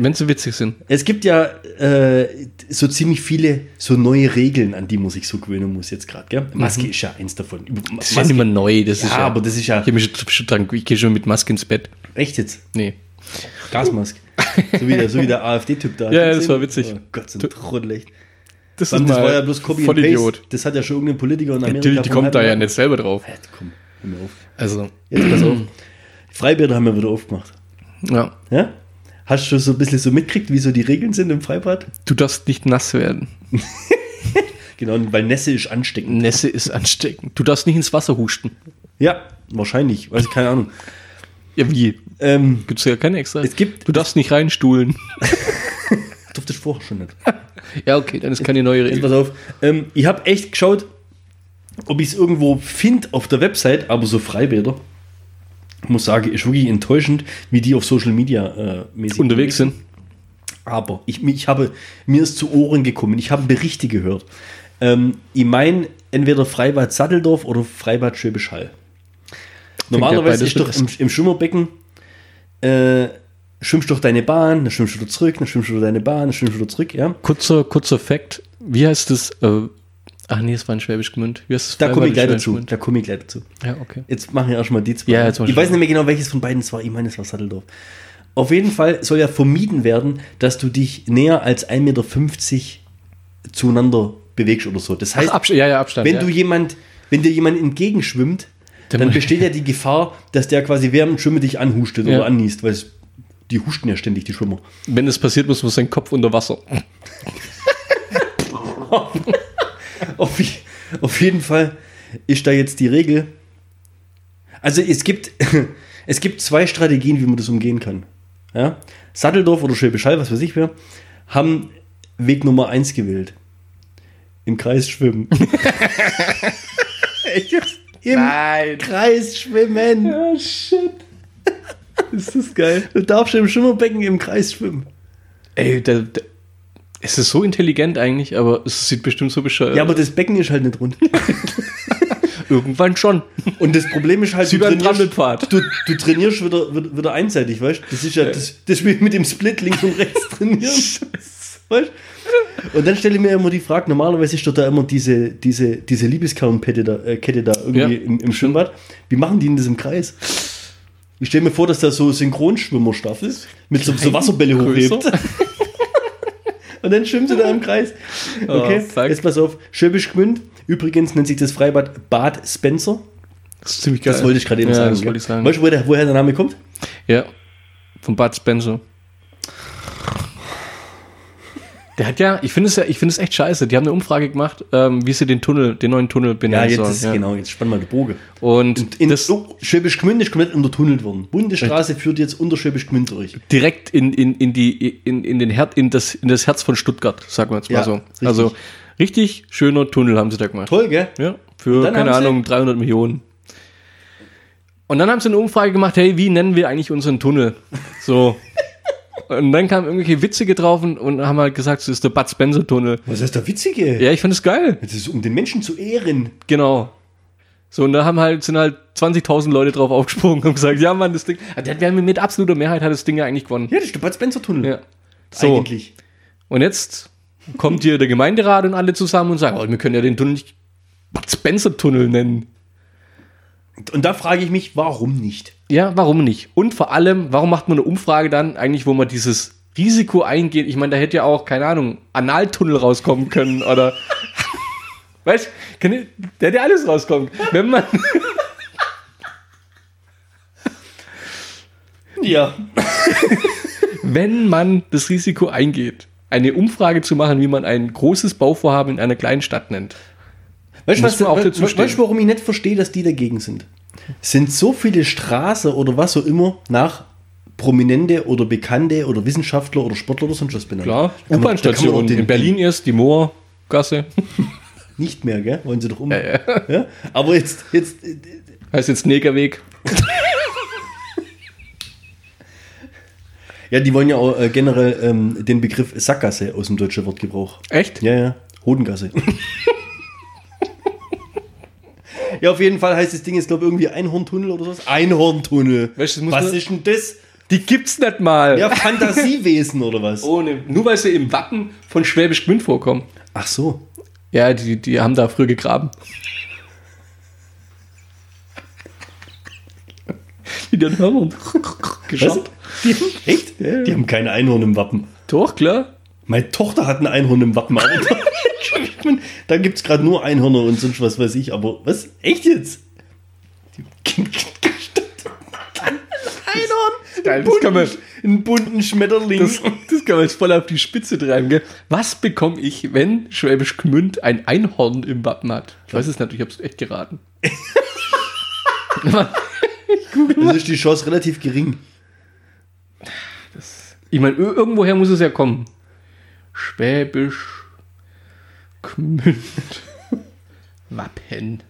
Speaker 1: Wenn sie witzig sind.
Speaker 2: Es gibt ja äh, so ziemlich viele so neue Regeln, an die man sich so gewöhnen muss jetzt gerade, gell? Maske ist ja eins davon. Über-
Speaker 1: Mhm. Das ist ja nicht mehr neu. Das ist
Speaker 2: ja, aber das ist ja
Speaker 1: Ich, hab mich schon, schon dran, ich gehe schon mit Maske ins Bett.
Speaker 2: echt jetzt.
Speaker 1: Nee.
Speaker 2: Gasmaske. so, wie der, so wie der AfD-Typ da.
Speaker 1: Ja, ja, das war witzig.
Speaker 2: Oh Gott, so ein Trottel, echt.
Speaker 1: Das,
Speaker 2: Das war ja bloß Copy and Paste.
Speaker 1: Vollidiot.
Speaker 2: Das hat ja schon irgendein Politiker in Amerika.
Speaker 1: Natürlich, die
Speaker 2: von
Speaker 1: kommt da ja
Speaker 2: halben
Speaker 1: nicht selber drauf.
Speaker 2: Jahr- Jetzt komm, hör mir auf.
Speaker 1: Also,
Speaker 2: Jetzt pass auf. Freibäder haben wir wieder aufgemacht.
Speaker 1: ja.
Speaker 2: Ja? Hast du so ein bisschen so mitgekriegt, wie so die Regeln sind im Freibad?
Speaker 1: Du darfst nicht nass werden.
Speaker 2: Genau, weil Nässe ist ansteckend.
Speaker 1: Nässe ist ansteckend. Du darfst nicht ins Wasser husten.
Speaker 2: Ja, wahrscheinlich. Weiß ich keine Ahnung.
Speaker 1: Ja, wie?
Speaker 2: Ähm,
Speaker 1: Gibt's ja keine extra.
Speaker 2: Es gibt-
Speaker 1: Du darfst nicht reinstuhlen.
Speaker 2: durfte ich vorher schon nicht.
Speaker 1: ja, okay, dann ist keine neue
Speaker 2: Jetzt
Speaker 1: Regel.
Speaker 2: pass auf. Ähm, ich habe echt geschaut, ob ich es irgendwo finde auf der Website, aber so Freibäder. Ich muss sagen, ist wirklich enttäuschend, wie die auf Social Media äh, mäßig
Speaker 1: Unterwegs sind.
Speaker 2: Aber ich, ich habe, mir ist zu Ohren gekommen, ich habe Berichte gehört. Ähm, ich meine, entweder Freibad Satteldorf oder Freibad Schwäbisch Hall.
Speaker 1: beides
Speaker 2: Normalerweise ist doch
Speaker 1: mit
Speaker 2: im, im Schwimmerbecken, äh, schwimmst doch deine Bahn, dann schwimmst du wieder zurück, dann schwimmst du wieder deine Bahn, dann schwimmst du wieder zurück, ja.
Speaker 1: Kurzer, kurzer Fact. Wie heißt das? Äh, ach nee, es war in Schwäbisch Gmünd. Wie heißt das?
Speaker 2: Da komme ich
Speaker 1: Freibad in
Speaker 2: gleich
Speaker 1: Schwäbisch
Speaker 2: dazu,
Speaker 1: Gmünd?
Speaker 2: da komme ich gleich dazu.
Speaker 1: Ja, okay.
Speaker 2: Jetzt machen wir erstmal die zwei.
Speaker 1: Ja, jetzt machen
Speaker 2: ich
Speaker 1: wir
Speaker 2: weiß nicht mehr genau, welches von beiden es war. Ich meine, es war Satteldorf. Auf jeden Fall soll ja vermieden werden, dass du dich näher als 1,50 Meter zueinander bewegst oder so. Das heißt,
Speaker 1: Ach, Abst ja, ja, Abstand.
Speaker 2: wenn,
Speaker 1: ja.
Speaker 2: du jemand, wenn dir jemand entgegenschwimmt,
Speaker 1: Dann-
Speaker 2: dann besteht ja die Gefahr, dass der quasi während dem Schwimmen dich anhustet
Speaker 1: Ja.
Speaker 2: oder anniest, weil es, die husten ja ständig, die Schwimmer.
Speaker 1: Wenn es passiert, muss man seinen Kopf unter Wasser.
Speaker 2: Auf, je- auf jeden Fall ist da jetzt die Regel. Also es gibt, es gibt zwei Strategien, wie man das umgehen kann. Ja? Satteldorf oder Schwäbisch Hall, was weiß ich wer, haben Weg Nummer 1 gewählt. Im Kreis schwimmen. Echt jetzt? Im Kreis schwimmen. Ja, shit. Ist das geil. Du darfst im Schwimmerbecken im Kreis schwimmen.
Speaker 1: Ey, da, da, es ist so intelligent eigentlich, aber es sieht bestimmt so bescheuert.
Speaker 2: Ja, aber das Becken ist halt nicht rund.
Speaker 1: irgendwann schon.
Speaker 2: Und das Problem ist halt,
Speaker 1: Wie beim
Speaker 2: trainierst-
Speaker 1: Trampelpfad.
Speaker 2: Du, du trainierst wieder, wieder, wieder einseitig, weißt du? Das ist ja das, das Spiel mit dem Split links und rechts trainieren. weißt du? Und dann stelle ich mir immer die Frage: Normalerweise ist doch da immer diese, diese, diese Liebeskauenkette da, äh, Kette da irgendwie
Speaker 1: Ja.
Speaker 2: im, im Schwimmbad. Wie machen die denn das im Kreis? Ich stelle mir vor, dass da so Synchronschwimmerstaff ist, mit so, so Wasserbälle
Speaker 1: größer.
Speaker 2: hochhebt. Und dann schwimmen sie da im Kreis.
Speaker 1: Oh,
Speaker 2: Okay,
Speaker 1: fuck.
Speaker 2: jetzt pass auf. Schwäbisch Gmünd, übrigens nennt sich das Freibad Bad Spencer.
Speaker 1: Das ist ziemlich geil.
Speaker 2: Das wollte ich gerade eben
Speaker 1: ja,
Speaker 2: sagen.
Speaker 1: Das
Speaker 2: gell?
Speaker 1: wollte ich sagen.
Speaker 2: Weißt du, wo der- woher der Name kommt?
Speaker 1: Ja. Von Bud Spencer. Der hat ja, ich finde es ja, ich finde es echt scheiße. Die haben eine Umfrage gemacht, ähm, wie sie den Tunnel, den neuen Tunnel
Speaker 2: Ja,
Speaker 1: benennen
Speaker 2: jetzt
Speaker 1: sollen.
Speaker 2: ist genau, jetzt spann mal die Bogen.
Speaker 1: Und
Speaker 2: In
Speaker 1: das
Speaker 2: oh, Schwäbisch Gmünd ist komplett untertunnelt worden. Bundesstraße führt jetzt unter Schwäbisch Gmünd durch.
Speaker 1: direkt in, in, in die, in, in den Herz, in das, in das Herz von Stuttgart, sagen wir jetzt mal
Speaker 2: Ja,
Speaker 1: so.
Speaker 2: richtig.
Speaker 1: Also, richtig schöner Tunnel haben sie da gemacht.
Speaker 2: Toll, gell?
Speaker 1: Ja, für,
Speaker 2: dann
Speaker 1: keine
Speaker 2: haben sie-
Speaker 1: Ahnung, 300 Millionen. Und dann haben sie eine Umfrage gemacht, hey, wie nennen wir eigentlich unseren Tunnel? So. und dann kamen irgendwelche Witzige drauf und, und haben halt gesagt, es ist der Bud Spencer Tunnel.
Speaker 2: Was ist der Witzige?
Speaker 1: Ja, ich fand es geil.
Speaker 2: Das ist um den Menschen zu ehren.
Speaker 1: Genau. So, und da haben halt, sind halt 20.000 Leute drauf aufgesprungen und gesagt, ja, Mann, das Ding, ah, wir haben mit absoluter Mehrheit hat das Ding ja eigentlich gewonnen.
Speaker 2: Ja, das ist der Bad Spencer Tunnel.
Speaker 1: Ja. So.
Speaker 2: Eigentlich.
Speaker 1: Und jetzt kommt hier der Gemeinderat und alle zusammen und sagen, oh, wir können ja den Tunnel nicht Bud Spencer Tunnel nennen.
Speaker 2: Und da frage ich mich, warum nicht?
Speaker 1: Ja, warum nicht? Und vor allem, warum macht man eine Umfrage dann eigentlich, wo man dieses Risiko eingeht? Ich meine, da hätte ja auch, keine Ahnung, Analtunnel rauskommen können oder. weißt du, da hätte ja alles rauskommen. Wenn man.
Speaker 2: Ja.
Speaker 1: wenn man das Risiko eingeht, eine Umfrage zu machen, wie man ein großes Bauvorhaben in einer kleinen Stadt nennt.
Speaker 2: Weißt du,
Speaker 1: Muss
Speaker 2: was,
Speaker 1: man auch dazu
Speaker 2: weißt,
Speaker 1: stehen.
Speaker 2: weißt, du, warum ich nicht verstehe, dass die dagegen sind? Sind so viele Straßen oder was auch immer nach Prominente oder Bekannte oder Wissenschaftler oder Sportler oder sonst was benannt?
Speaker 1: Klar,
Speaker 2: Da kann man- da kann man auch
Speaker 1: U-Bahn-Station.
Speaker 2: den-
Speaker 1: In Berlin erst die Moorgasse.
Speaker 2: Nicht mehr, gell? Wollen sie doch um. Ja? Aber jetzt, jetzt,
Speaker 1: Heißt jetzt Negerweg.
Speaker 2: ja, die wollen ja auch äh, generell ähm, den Begriff Sackgasse aus dem deutschen Wortgebrauch.
Speaker 1: Echt?
Speaker 2: Ja, ja, Hodengasse. ja, auf jeden Fall heißt das Ding jetzt, glaube ich, irgendwie Einhorntunnel oder sowas. Einhorntunnel.
Speaker 1: Weißt du, das muss
Speaker 2: was
Speaker 1: man-
Speaker 2: ist denn das?
Speaker 1: Die gibt's nicht mal.
Speaker 2: Ja, Fantasiewesen oder was?
Speaker 1: Ohne. Nur weil sie im Wappen von Schwäbisch Gmünd vorkommen.
Speaker 2: Ach so.
Speaker 1: Ja, die, die haben da früher gegraben. Die dann haben und geschaut.
Speaker 2: Die, echt? Die haben kein Einhorn im Wappen.
Speaker 1: Doch, klar.
Speaker 2: Meine Tochter hat ein Einhorn im Wappen. Aber Entschuldigung, da gibt es gerade nur Einhörner und sonst was weiß ich. Aber was? Echt jetzt? Die- Einhorn?
Speaker 1: Geil, das kann man-
Speaker 2: Einen bunten Schmetterling.
Speaker 1: Das, das kann man jetzt voll auf die Spitze treiben. Gell? Was bekomme ich, wenn Schwäbisch Gmünd ein Einhorn im Wappen hat? Ich weiß es natürlich, ich habe es echt geraten.
Speaker 2: das Also ist die Chance relativ gering.
Speaker 1: Ich meine, ir- irgendwoher muss es ja kommen. Schwäbisch Gmünd Wappen.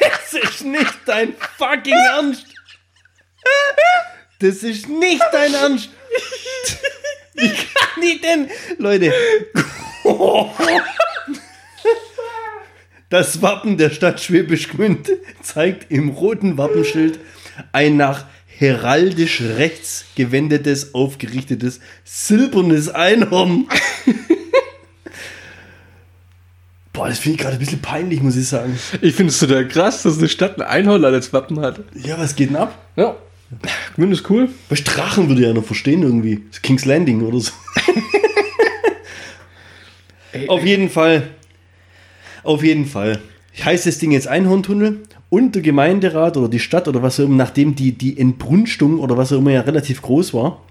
Speaker 2: Das ist nicht dein fucking Ernst. Das ist nicht dein Ernst. Wie kann ich denn? Leute. Das Wappen der Stadt Schwäbisch Gmünd zeigt im roten Wappenschild ein nach heraldisch rechts gewendetes, aufgerichtetes, silbernes Einhorn. Boah, das finde ich gerade ein bisschen peinlich, muss ich sagen.
Speaker 1: Ich finde es total krass, dass eine Stadt ein Einhorn als Wappen hat.
Speaker 2: Ja, was geht denn ab?
Speaker 1: Ja. Gmünd ist cool.
Speaker 2: Bei Drachen würde ja noch verstehen irgendwie. Das King's Landing oder so. auf jeden Fall. Auf jeden Fall. Heißt das Ding jetzt Einhorntunnel? Und der Gemeinderat oder die Stadt oder was auch immer, nachdem die, die Entbrunstung oder was auch immer ja relativ groß war,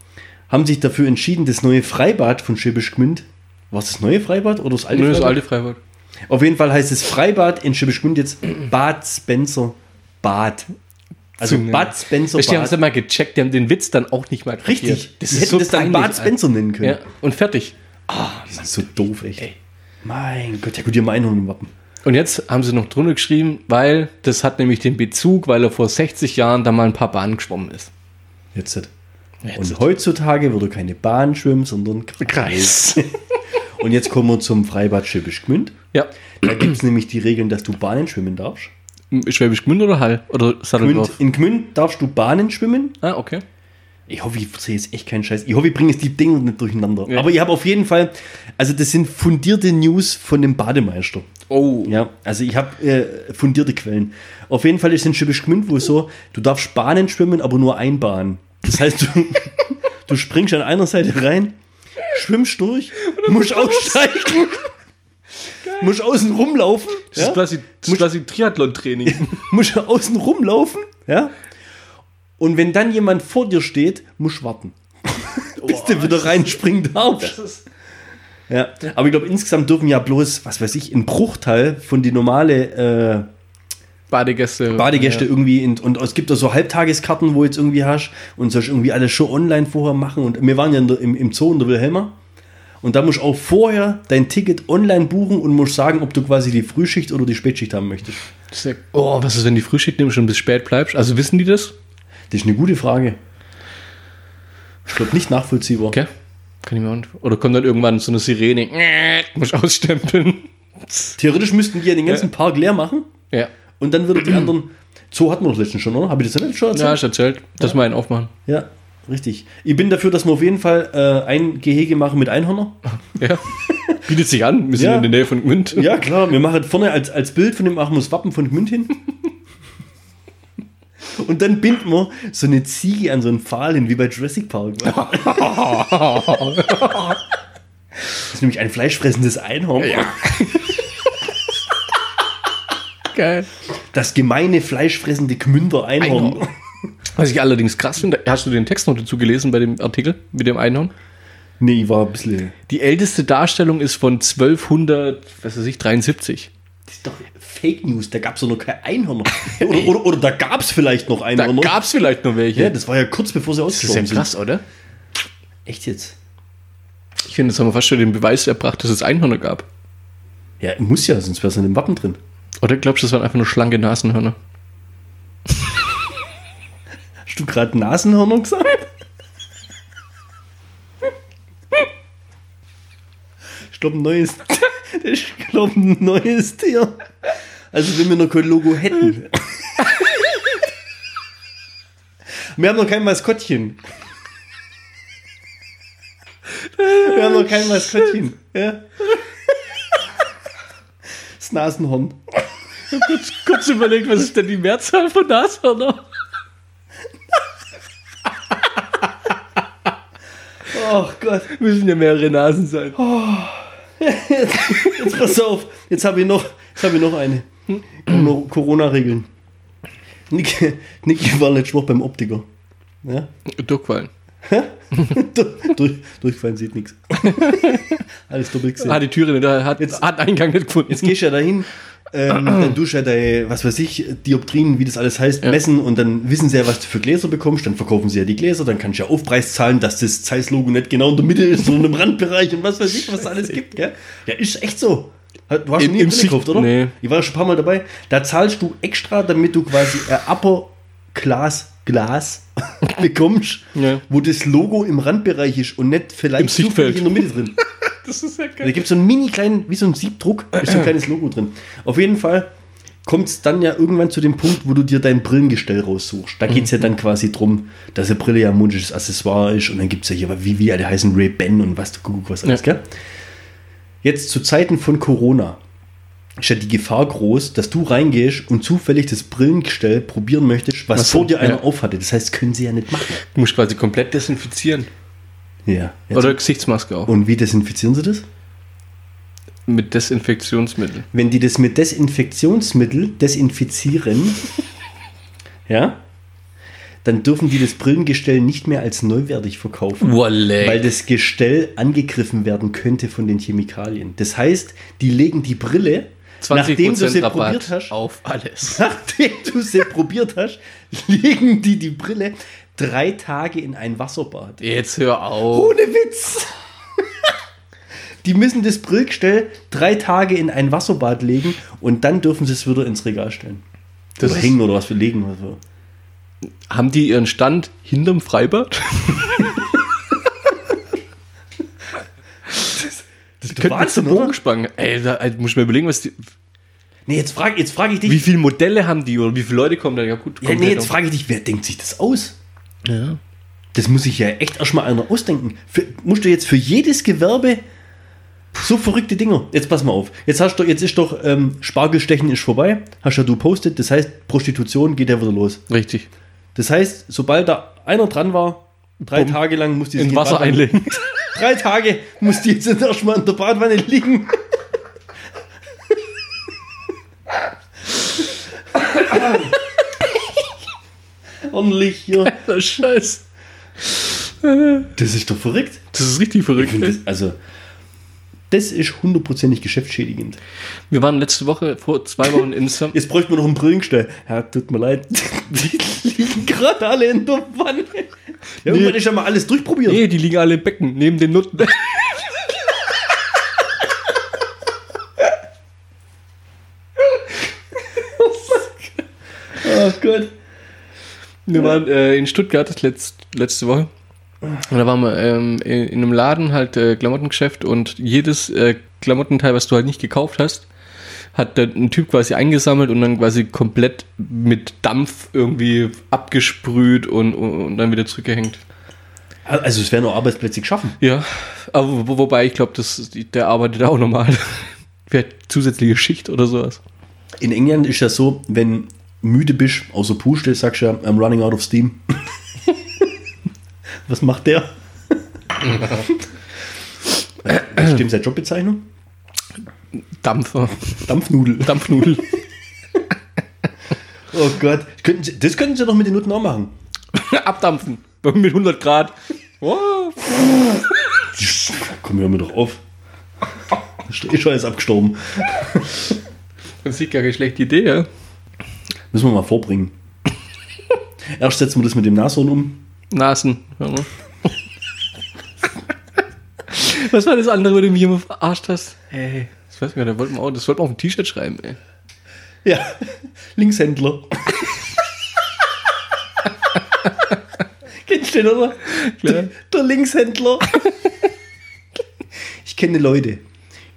Speaker 2: haben sich dafür entschieden, das neue Freibad von Schäbisch Gmünd. War es das neue Freibad oder das alte
Speaker 1: Gmünd ist
Speaker 2: Freibad?
Speaker 1: alte Freibad.
Speaker 2: Auf jeden Fall heißt es Freibad in Schäbisch Gmünd jetzt Bad Spencer Bad. Also
Speaker 1: Zunge.
Speaker 2: Bad Spencer
Speaker 1: Weißt, du, die haben es
Speaker 2: Bad.
Speaker 1: nicht mal gecheckt, die haben den Witz dann auch nicht mal kapiert.
Speaker 2: Richtig.
Speaker 1: Das
Speaker 2: Die
Speaker 1: ist
Speaker 2: hätten
Speaker 1: so
Speaker 2: das dann
Speaker 1: peinlich,
Speaker 2: Bart Spencer
Speaker 1: Alter.
Speaker 2: nennen können.
Speaker 1: Ja, und fertig.
Speaker 2: Die sind so doof, echt. Mein Gott, ja gut, ihr Meinung im Wappen.
Speaker 1: Und jetzt haben sie noch drunter geschrieben, weil das hat nämlich den Bezug, weil er vor 60 Jahren da mal ein paar Bahnen geschwommen ist.
Speaker 2: Jetzt. nicht. Und heutzutage würde keine Bahn schwimmen, sondern Kreis. Und jetzt kommen wir zum Freibad Schäbisch Gmünd.
Speaker 1: Ja.
Speaker 2: Da gibt es nämlich die Regeln, dass du Bahnen schwimmen darfst.
Speaker 1: Schwäbisch Gmünd oder Hall? Oder
Speaker 2: Gmünd,
Speaker 1: Satteldorf?
Speaker 2: in Gmünd darfst du Bahnen schwimmen.
Speaker 1: Ah, okay.
Speaker 2: Ich hoffe, ich sehe jetzt echt keinen Scheiß. Ich hoffe, ich bringe jetzt die Dinge nicht durcheinander.
Speaker 1: Ja.
Speaker 2: Aber ich habe auf jeden Fall, also das sind fundierte News von dem Bademeister.
Speaker 1: Oh.
Speaker 2: Ja, also ich habe äh, fundierte Quellen. Auf jeden Fall ist in Schippisch Gmünd wohl so, du darfst Bahnen schwimmen, aber nur ein Bahn. Das heißt, du, du springst an einer Seite rein, schwimmst durch, musst aussteigen, musst außen rumlaufen,
Speaker 1: Das ist
Speaker 2: ja,
Speaker 1: quasi, das ist quasi Triathlon-Training.
Speaker 2: musst außen rumlaufen, ja. Und wenn dann jemand vor dir steht, musst warten. Bis du wieder reinspringen darfst. Ja, aber ich glaube, insgesamt dürfen ja bloß, was weiß ich, ein Bruchteil von die normale äh,
Speaker 1: Badegäste.
Speaker 2: Badegäste irgendwie in, und es gibt da so Halbtageskarten, wo jetzt irgendwie hast und sollst irgendwie alles schon online vorher machen und wir waren ja in der, im, im Zoo in der Wilhelma und da musst du auch vorher dein Ticket online buchen und musst sagen, ob du quasi die Frühschicht oder die Spätschicht haben möchtest.
Speaker 1: Ja. Oh, was ist, wenn die Frühschicht nimmst und bis spät bleibst? Also wissen die das?
Speaker 2: Das ist eine gute Frage. Ich glaube, nicht nachvollziehbar.
Speaker 1: Okay. Kann ich mir auch nicht. Oder kommt dann irgendwann so eine Sirene. Muss ausstempeln.
Speaker 2: Theoretisch müssten die ja den ganzen Park leer machen
Speaker 1: Ja.
Speaker 2: und dann würden die anderen. Zoo hatten wir doch letztens schon, oder? Habe ich das letztens schon erzählt?
Speaker 1: Ja, hast erzählt. Lass mal einen aufmachen.
Speaker 2: Ja, richtig. Ich bin dafür, dass wir auf jeden Fall äh, ein Gehege machen mit Einhörner.
Speaker 1: Ja. Bietet sich an. Wir sind
Speaker 2: Ja.
Speaker 1: in der Nähe von Gmünd.
Speaker 2: Ja, klar, wir machen vorne als, als Bild von dem machen wir das Wappen von Gmünd hin. Und dann binden wir so eine Ziege an so einen Pfahl hin, wie bei Jurassic Park. das ist nämlich ein fleischfressendes Einhorn.
Speaker 1: Geil.
Speaker 2: Das gemeine, fleischfressende Gmünder Einhorn.
Speaker 1: Was ich allerdings krass finde, hast du den Text noch dazu gelesen bei dem Artikel mit dem Einhorn?
Speaker 2: Nee, ich war ein bisschen.
Speaker 1: Die älteste Darstellung ist von 1200, was weiß ich, 73.
Speaker 2: Das ist doch Fake News, da gab es doch noch kein Einhorn. Oder, oder, oder da gab es vielleicht noch
Speaker 1: Da
Speaker 2: Einhorn.
Speaker 1: gab es vielleicht noch welche.
Speaker 2: ja, das war ja kurz bevor sie
Speaker 1: das ist ja
Speaker 2: ausgestorben
Speaker 1: krass, oder?
Speaker 2: sind. Echt jetzt?
Speaker 1: Ich finde, jetzt haben wir fast schon den Beweis erbracht, dass es Einhörner gab.
Speaker 2: Ja, muss ja, sonst wäre es in dem Wappen drin.
Speaker 1: Oder glaubst du, das waren einfach nur schlanke Nasenhörner?
Speaker 2: Hast du gerade Nasenhörner gesagt? Ich glaube, ein neues, ich glaub, ein neues Tier. Also, wenn wir noch kein Logo hätten. Wir haben noch kein Maskottchen. Wir haben noch kein Maskottchen. Ja. Das Nasenhorn.
Speaker 1: Kurz, kurz überlegt, was ist denn die Mehrzahl von Nashörner?
Speaker 2: Oh Gott.
Speaker 1: Müssen ja mehrere Nasen sein.
Speaker 2: Jetzt pass auf, jetzt habe ich noch, jetzt habe ich noch eine. Corona- Corona-Regeln. Niki, Niki war letzte Woche beim Optiker. Ja?
Speaker 1: Duckwallen.
Speaker 2: Du- Durch, durchfallen sieht nichts. Alles doppelt gesehen.
Speaker 1: Ah, die Türe, da hat,
Speaker 2: Jetzt-
Speaker 1: hat einen Eingang nicht gefunden.
Speaker 2: Jetzt gehst du ja dahin, ähm, dann tust du ja deine, was weiß ich, Dioptrien, wie das alles heißt, messen und dann wissen sie ja, was du für Gläser bekommst, dann verkaufen sie ja die Gläser, dann kannst du ja Aufpreis zahlen, dass das Zeiss-Logo nicht genau in der Mitte ist, sondern im Randbereich und was weiß ich, was es alles gibt, gell? Ja, ist echt so. Du
Speaker 1: In-
Speaker 2: hast schon nie
Speaker 1: im
Speaker 2: einen Brille
Speaker 1: Sicht-
Speaker 2: gekauft, oder?
Speaker 1: nee.
Speaker 2: Ich war schon ein paar Mal dabei. Da zahlst du extra, damit du quasi ein Upper Class Glas bekommst,
Speaker 1: Ja.
Speaker 2: wo das Logo im Randbereich ist und nicht vielleicht
Speaker 1: Im Sichtfeld.
Speaker 2: zufällig in der Mitte drin.
Speaker 1: Das ist ja geil.
Speaker 2: Da gibt es so einen mini kleinen, wie so ein Siebdruck, ist
Speaker 1: Äh,
Speaker 2: so ein kleines Logo drin. Auf jeden Fall kommt es dann ja irgendwann zu dem Punkt, wo du dir dein Brillengestell raussuchst. Da geht es ja
Speaker 1: Mhm.
Speaker 2: dann quasi drum, dass eine Brille ja ein mundisches Accessoire ist und dann gibt es ja hier, wie, wie alle heißen, Ray-Ban und was, du guck, was alles,
Speaker 1: Ja.
Speaker 2: gell? Jetzt zu Zeiten von Corona ist ja die Gefahr groß, dass du reingehst und zufällig das Brillengestell probieren möchtest, was,
Speaker 1: Was
Speaker 2: vor dir
Speaker 1: so,
Speaker 2: einer
Speaker 1: ja.
Speaker 2: aufhatte. Das heißt, können sie ja nicht machen.
Speaker 1: Du musst quasi komplett desinfizieren.
Speaker 2: Ja. Jetzt.
Speaker 1: Oder Gesichtsmaske auch.
Speaker 2: Und wie desinfizieren sie das?
Speaker 1: Mit Desinfektionsmittel.
Speaker 2: wenn die das mit Desinfektionsmittel desinfizieren, ja, dann dürfen die das Brillengestell nicht mehr als neuwertig verkaufen.
Speaker 1: Wolle.
Speaker 2: Weil das Gestell angegriffen werden könnte von den Chemikalien. Das heißt, die legen die Brille, nachdem du sie probiert hast,
Speaker 1: auf alles.
Speaker 2: nachdem du sie probiert hast, legen die die Brille drei Tage in ein Wasserbad.
Speaker 1: Jetzt hör auf.
Speaker 2: Ohne Witz! Die müssen das Brillgestell drei Tage in ein Wasserbad legen und dann dürfen sie es wieder ins Regal stellen.
Speaker 1: Das
Speaker 2: oder
Speaker 1: ist-
Speaker 2: hängen oder was wir legen oder so.
Speaker 1: Haben die ihren Stand hinterm Freibad?
Speaker 2: Das ist
Speaker 1: Könnten wir zur Bogenspange. Ey, da also muss ich mir überlegen, was die,
Speaker 2: Nee, jetzt frage jetzt frag ich dich.
Speaker 1: wie viele Modelle haben die oder wie viele Leute kommen da? Ja, gut.
Speaker 2: ja,
Speaker 1: kommt
Speaker 2: nee,
Speaker 1: halt
Speaker 2: jetzt
Speaker 1: noch.
Speaker 2: frage ich dich, wer denkt sich das aus?
Speaker 1: ja.
Speaker 2: Das muss sich ja echt erstmal einer ausdenken. Für, musst du jetzt für jedes Gewerbe so verrückte Dinger. Jetzt pass mal auf. Jetzt hast du, jetzt ist doch ähm, Spargelstechen ist vorbei. Hast ja du postet. Das heißt, Prostitution geht ja wieder los.
Speaker 1: Richtig.
Speaker 2: Das heißt, sobald da einer dran war, drei
Speaker 1: Bumm.
Speaker 2: Tage lang muss die sich
Speaker 1: In Wasser
Speaker 2: Badwanne-
Speaker 1: einlegen.
Speaker 2: Drei Tage muss die jetzt erstmal in der Badwanne liegen. Ordentlich hier.
Speaker 1: Alter Scheiß.
Speaker 2: Das ist doch verrückt.
Speaker 1: Das ist richtig
Speaker 2: Ich
Speaker 1: verrückt.
Speaker 2: find das, also, das ist hundertprozentig geschäftsschädigend.
Speaker 1: Wir waren letzte Woche, vor zwei Wochen in Sam
Speaker 2: Jetzt bräuchte man noch einen Brillengestell. Ja, tut mir leid. Die liegen gerade alle in der Wanne. Ja, irgendwann
Speaker 1: Nee.
Speaker 2: ist ja mal alles durchprobiert.
Speaker 1: Nee, die liegen alle im Becken, neben den Nutten.
Speaker 2: Oh Gott.
Speaker 1: Wir waren äh, in Stuttgart das letzt, letzte Woche. Und da waren wir ähm, in, in einem Laden, halt äh, Klamottengeschäft und jedes äh, Klamottenteil, was du halt nicht gekauft hast, hat dann ein Typ quasi eingesammelt und dann quasi komplett mit Dampf irgendwie abgesprüht und, und, und dann wieder zurückgehängt.
Speaker 2: Also es werden auch Arbeitsplätze geschaffen.
Speaker 1: Ja, aber wo, wobei ich glaube, das- der arbeitet auch normal. Vielleicht zusätzliche Schicht oder sowas.
Speaker 2: In England ist das so, wenn müde bist, außer Puste, sagst du ja, I'm running out of steam. Was macht der? Was Stimmt seine Jobbezeichnung?
Speaker 1: Dampfer,
Speaker 2: Dampfnudel.
Speaker 1: Dampfnudel.
Speaker 2: Oh Gott. Könnten Sie, das könnten sie doch mit den Nutten auch machen.
Speaker 1: Abdampfen. Mit 100 Grad. Oh.
Speaker 2: Komm, hör mir doch auf. Ich schon jetzt abgestorben.
Speaker 1: Das sieht gar keine schlechte Idee, ja.
Speaker 2: Müssen wir mal vorbringen. Erst setzen wir das mit dem Nashorn um.
Speaker 1: Nasen. ne? hör mal. Was war das andere, wo du mich immer verarscht hast? Hey, das weiß ich gar nicht, da wollten wir auch, das wollten wir auf ein T-Shirt schreiben, ey.
Speaker 2: Ja, Linkshändler. Kennst du den, oder?
Speaker 1: Klar.
Speaker 2: Der, der Linkshändler. ich kenne Leute.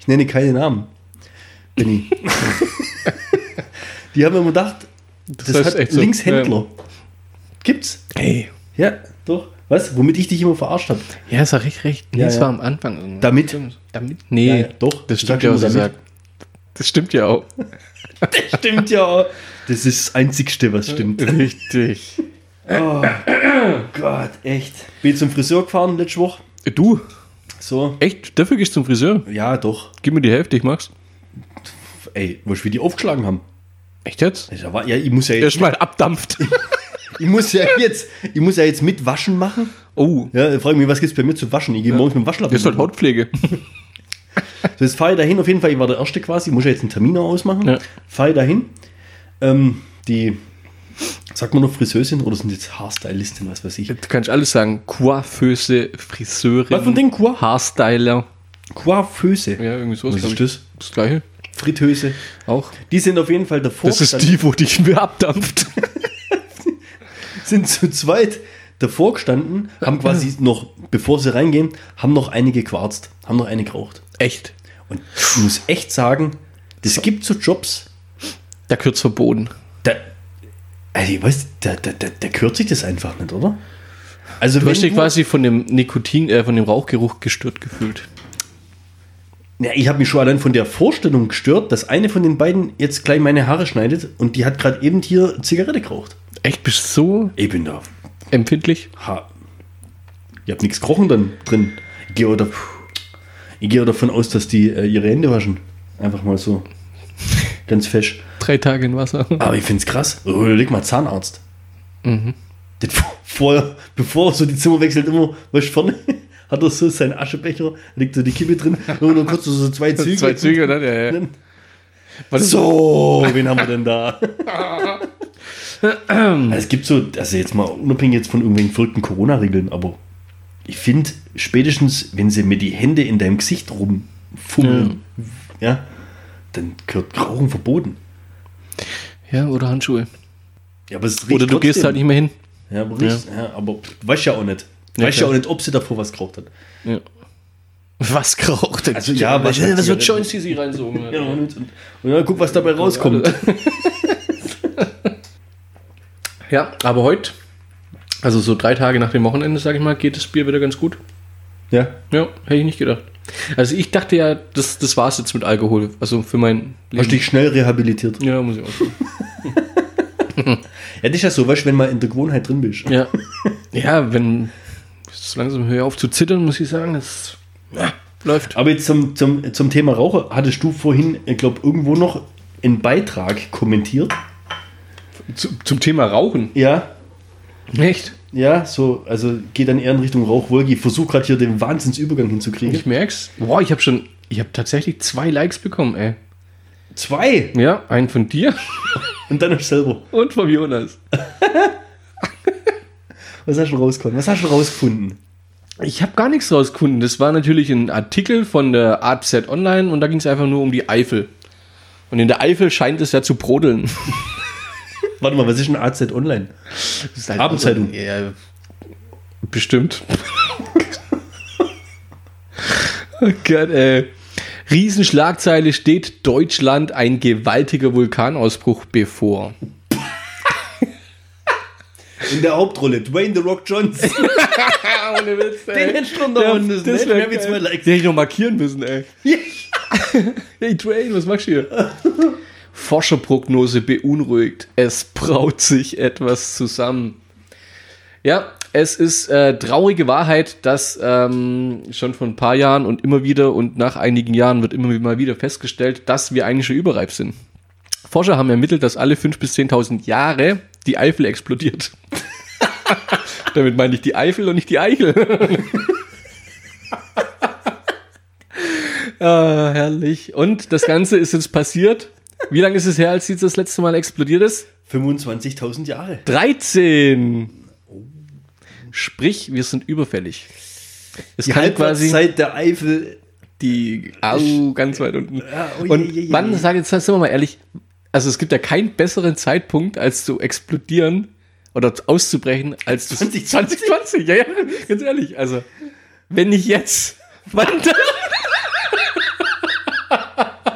Speaker 2: Ich nenne keine Namen. Benni. Die haben immer gedacht, das,
Speaker 1: heißt
Speaker 2: hat
Speaker 1: echt so,
Speaker 2: Linkshändler. Gibt's?
Speaker 1: Hey.
Speaker 2: Ja, doch. Was? Womit ich dich immer verarscht habe.
Speaker 1: Ja, ist doch recht, recht. Nee,
Speaker 2: Ja,
Speaker 1: das
Speaker 2: ja.
Speaker 1: war am Anfang. irgendwie.
Speaker 2: Damit.
Speaker 1: Stimmt. Damit? Nee.
Speaker 2: Ja, ja, doch.
Speaker 1: Das
Speaker 2: Ich
Speaker 1: stimmt
Speaker 2: sag
Speaker 1: ja, was
Speaker 2: immer
Speaker 1: ich sag.
Speaker 2: damit.
Speaker 1: Das stimmt ja auch.
Speaker 2: Stimmt ja. Das ist das Einzigste, was stimmt.
Speaker 1: Richtig.
Speaker 2: Oh, Gott, echt. Bin zum Friseur gefahren letzte Woche.
Speaker 1: Du,
Speaker 2: So.
Speaker 1: echt? Dafür gehst du zum Friseur?
Speaker 2: Ja, doch.
Speaker 1: Gib mir die Hälfte, ich mach's.
Speaker 2: Ey, weißt du, wie die aufgeschlagen haben?
Speaker 1: Echt jetzt?
Speaker 2: Ich sag, wa- Ja, ich muss ja jetzt,
Speaker 1: Erstmal abdampft.
Speaker 2: ich muss ja jetzt, ich muss ja jetzt mit Waschen machen.
Speaker 1: Oh,
Speaker 2: Ja, frag mich, was gibt's bei mir zu waschen? Ich gehe morgens mit dem Waschlappen.
Speaker 1: das ist halt Hautpflege.
Speaker 2: So, jetzt fahre ich dahin, auf jeden Fall, ich war der Erste quasi, muss ja jetzt einen Termin noch ausmachen.
Speaker 1: Ja.
Speaker 2: Fahre ich dahin. Ähm, die, sagt man noch Friseusin oder sind jetzt Haarstylistin, was weiß ich.
Speaker 1: Du kannst alles sagen. Coiffeuse, Friseurin.
Speaker 2: Was von denen? Coif-
Speaker 1: Haarstyler.
Speaker 2: Coiffeuse.
Speaker 1: Ja, irgendwie sowas.
Speaker 2: was ist
Speaker 1: glaub ich.
Speaker 2: das?
Speaker 1: Das gleiche.
Speaker 2: Fritteuse.
Speaker 1: Auch.
Speaker 2: Die sind auf jeden Fall davor.
Speaker 1: Das ist
Speaker 2: gestanden-
Speaker 1: die, wo dich mir abdampft.
Speaker 2: sind zu zweit davor gestanden,
Speaker 1: Ah,
Speaker 2: haben quasi noch, bevor sie reingehen, haben noch eine gequarzt, haben noch eine geraucht.
Speaker 1: Echt?
Speaker 2: Und ich muss echt sagen, es gibt so Jobs,
Speaker 1: Da kürzt verboten.
Speaker 2: da, also ich weiß, da, da, da, da gehört sich das einfach nicht, oder? Also
Speaker 1: Du hast dich
Speaker 2: du-
Speaker 1: quasi von dem Nikotin, äh, von dem Rauchgeruch gestört gefühlt.
Speaker 2: Ja, ich habe mich schon allein von der Vorstellung gestört, dass eine von den beiden jetzt gleich meine Haare schneidet und die hat gerade eben hier Zigarette geraucht.
Speaker 1: Echt? Bist du so
Speaker 2: Ich bin da.
Speaker 1: empfindlich?
Speaker 2: Ha. Ihr habt nichts gerochen dann drin. Ich gehe auch da- ich gehe auch davon aus, dass die äh, ihre Hände waschen. Einfach mal so. Ganz fesch.
Speaker 1: Drei Tage in Wasser.
Speaker 2: Aber ich finde es krass. Oh, Leg mal Zahnarzt.
Speaker 1: Mhm.
Speaker 2: Das vor- vorher, bevor er so die Zimmer wechselt, immer, weißt du, vorne hat er so seinen Aschebecher, legt so die Kippe drin und dann kurz so- so zwei Züge.
Speaker 1: Zwei Züge, oder? Ja, ja.
Speaker 2: Dann-
Speaker 1: War das-
Speaker 2: So, wen haben wir denn da? Also es gibt so, also jetzt mal unabhängig jetzt von irgendwelchen verrückten Corona-Regeln, aber ich finde, spätestens, wenn sie mir die Hände in deinem Gesicht rumfummeln, ja. dann gehört Rauchen verboten.
Speaker 1: Ja, oder Handschuhe.
Speaker 2: Ja, aber es riecht
Speaker 1: Oder du
Speaker 2: trotzdem.
Speaker 1: gehst halt nicht mehr hin.
Speaker 2: Ja, aber, riecht, ja. aber pff, weißt ja auch nicht.
Speaker 1: Ja,
Speaker 2: weißt ja
Speaker 1: klar.
Speaker 2: auch nicht, ob sie davor was geraucht hat.
Speaker 1: Ja. Was geraucht denn?
Speaker 2: Also, ja, aber-
Speaker 1: was wird schon sie reinsuchen?
Speaker 2: Ja, und, und, und dann guck, was dabei rauskommt.
Speaker 1: Ja, aber heute, also so drei Tage nach dem Wochenende, sage ich mal, geht das Bier wieder ganz gut.
Speaker 2: Ja,
Speaker 1: Ja, hätte ich nicht gedacht. Also ich dachte ja, das, das war's jetzt mit Alkohol. Also für mein
Speaker 2: hast
Speaker 1: Leben.
Speaker 2: dich schnell rehabilitiert.
Speaker 1: Ja, muss ich auch sagen.
Speaker 2: Ja, das ist ja so, weißt du, wenn mal in der Gewohnheit drin bist.
Speaker 1: Ja. ja, wenn jetzt langsam höre ich auf zu zittern, muss ich sagen, es ja, läuft.
Speaker 2: Aber jetzt zum, zum, zum Thema Raucher hattest du vorhin, ich glaube, irgendwo noch einen Beitrag kommentiert.
Speaker 1: Zu, zum Thema Rauchen.
Speaker 2: Ja,
Speaker 1: Echt?
Speaker 2: ja, so, also geht dann eher in Richtung Rauchwolke. Ich versuche gerade hier den Wahnsinnsübergang hinzukriegen.
Speaker 1: Ich merk's. Boah, ich habe schon, ich habe tatsächlich zwei Likes bekommen, ey.
Speaker 2: Zwei!
Speaker 1: Ja, einen von dir
Speaker 2: Und dann hast du selber.
Speaker 1: und von Jonas.
Speaker 2: Was hast du rausgekommen? Was hast du rausgefunden?
Speaker 1: Ich habe gar nichts rausgefunden. Das war natürlich ein Artikel von der AZ Online und da ging es einfach nur um die Eifel. Und in der Eifel scheint es ja zu brodeln.
Speaker 2: Warte mal, was ist denn AZ Online?
Speaker 1: Das ist halt
Speaker 2: Abendzeitung.
Speaker 1: Ja, bestimmt. oh Gott, ey. Riesenschlagzeile steht Deutschland ein gewaltiger Vulkanausbruch bevor.
Speaker 2: In der Hauptrolle, Dwayne The Rock Johnson.
Speaker 1: Ah, Ohne Witz,
Speaker 2: Den hättest du unterhauen müssen,
Speaker 1: Das
Speaker 2: hätte
Speaker 1: wäre
Speaker 2: mehr wie zwei
Speaker 1: ne?
Speaker 2: Likes.
Speaker 1: Den hätte ich noch markieren müssen, ey. hey Dwayne, was machst du hier? Forscherprognose beunruhigt. Es braut sich etwas zusammen. Ja, es ist äh, traurige Wahrheit, dass ähm, schon vor ein paar Jahren und immer wieder und nach einigen Jahren wird immer mal wieder festgestellt, dass wir eigentlich schon überreif sind. Forscher haben ermittelt, dass alle 5.000 bis 10.000 Jahre die Eifel explodiert. Damit meine ich die Eifel und nicht die Eichel. Ah, herrlich. Und das Ganze ist jetzt passiert. Wie lange ist es her, als sie das letzte Mal explodiert ist?
Speaker 2: 25.000 Jahre.
Speaker 1: 13. Sprich, wir sind überfällig. Es
Speaker 2: Die
Speaker 1: kann Halt quasi
Speaker 2: Halbwertszeit der Eifel.
Speaker 1: die Au, ganz weit unten.
Speaker 2: Ja, oh je,
Speaker 1: Und
Speaker 2: je, je,
Speaker 1: wann,
Speaker 2: je.
Speaker 1: sag jetzt, sind wir mal ehrlich, also es gibt ja keinen besseren Zeitpunkt, als zu explodieren oder auszubrechen, als das
Speaker 2: 2020.
Speaker 1: 2020. Ja, ja, ganz ehrlich. Also, wenn nicht jetzt, wann dann?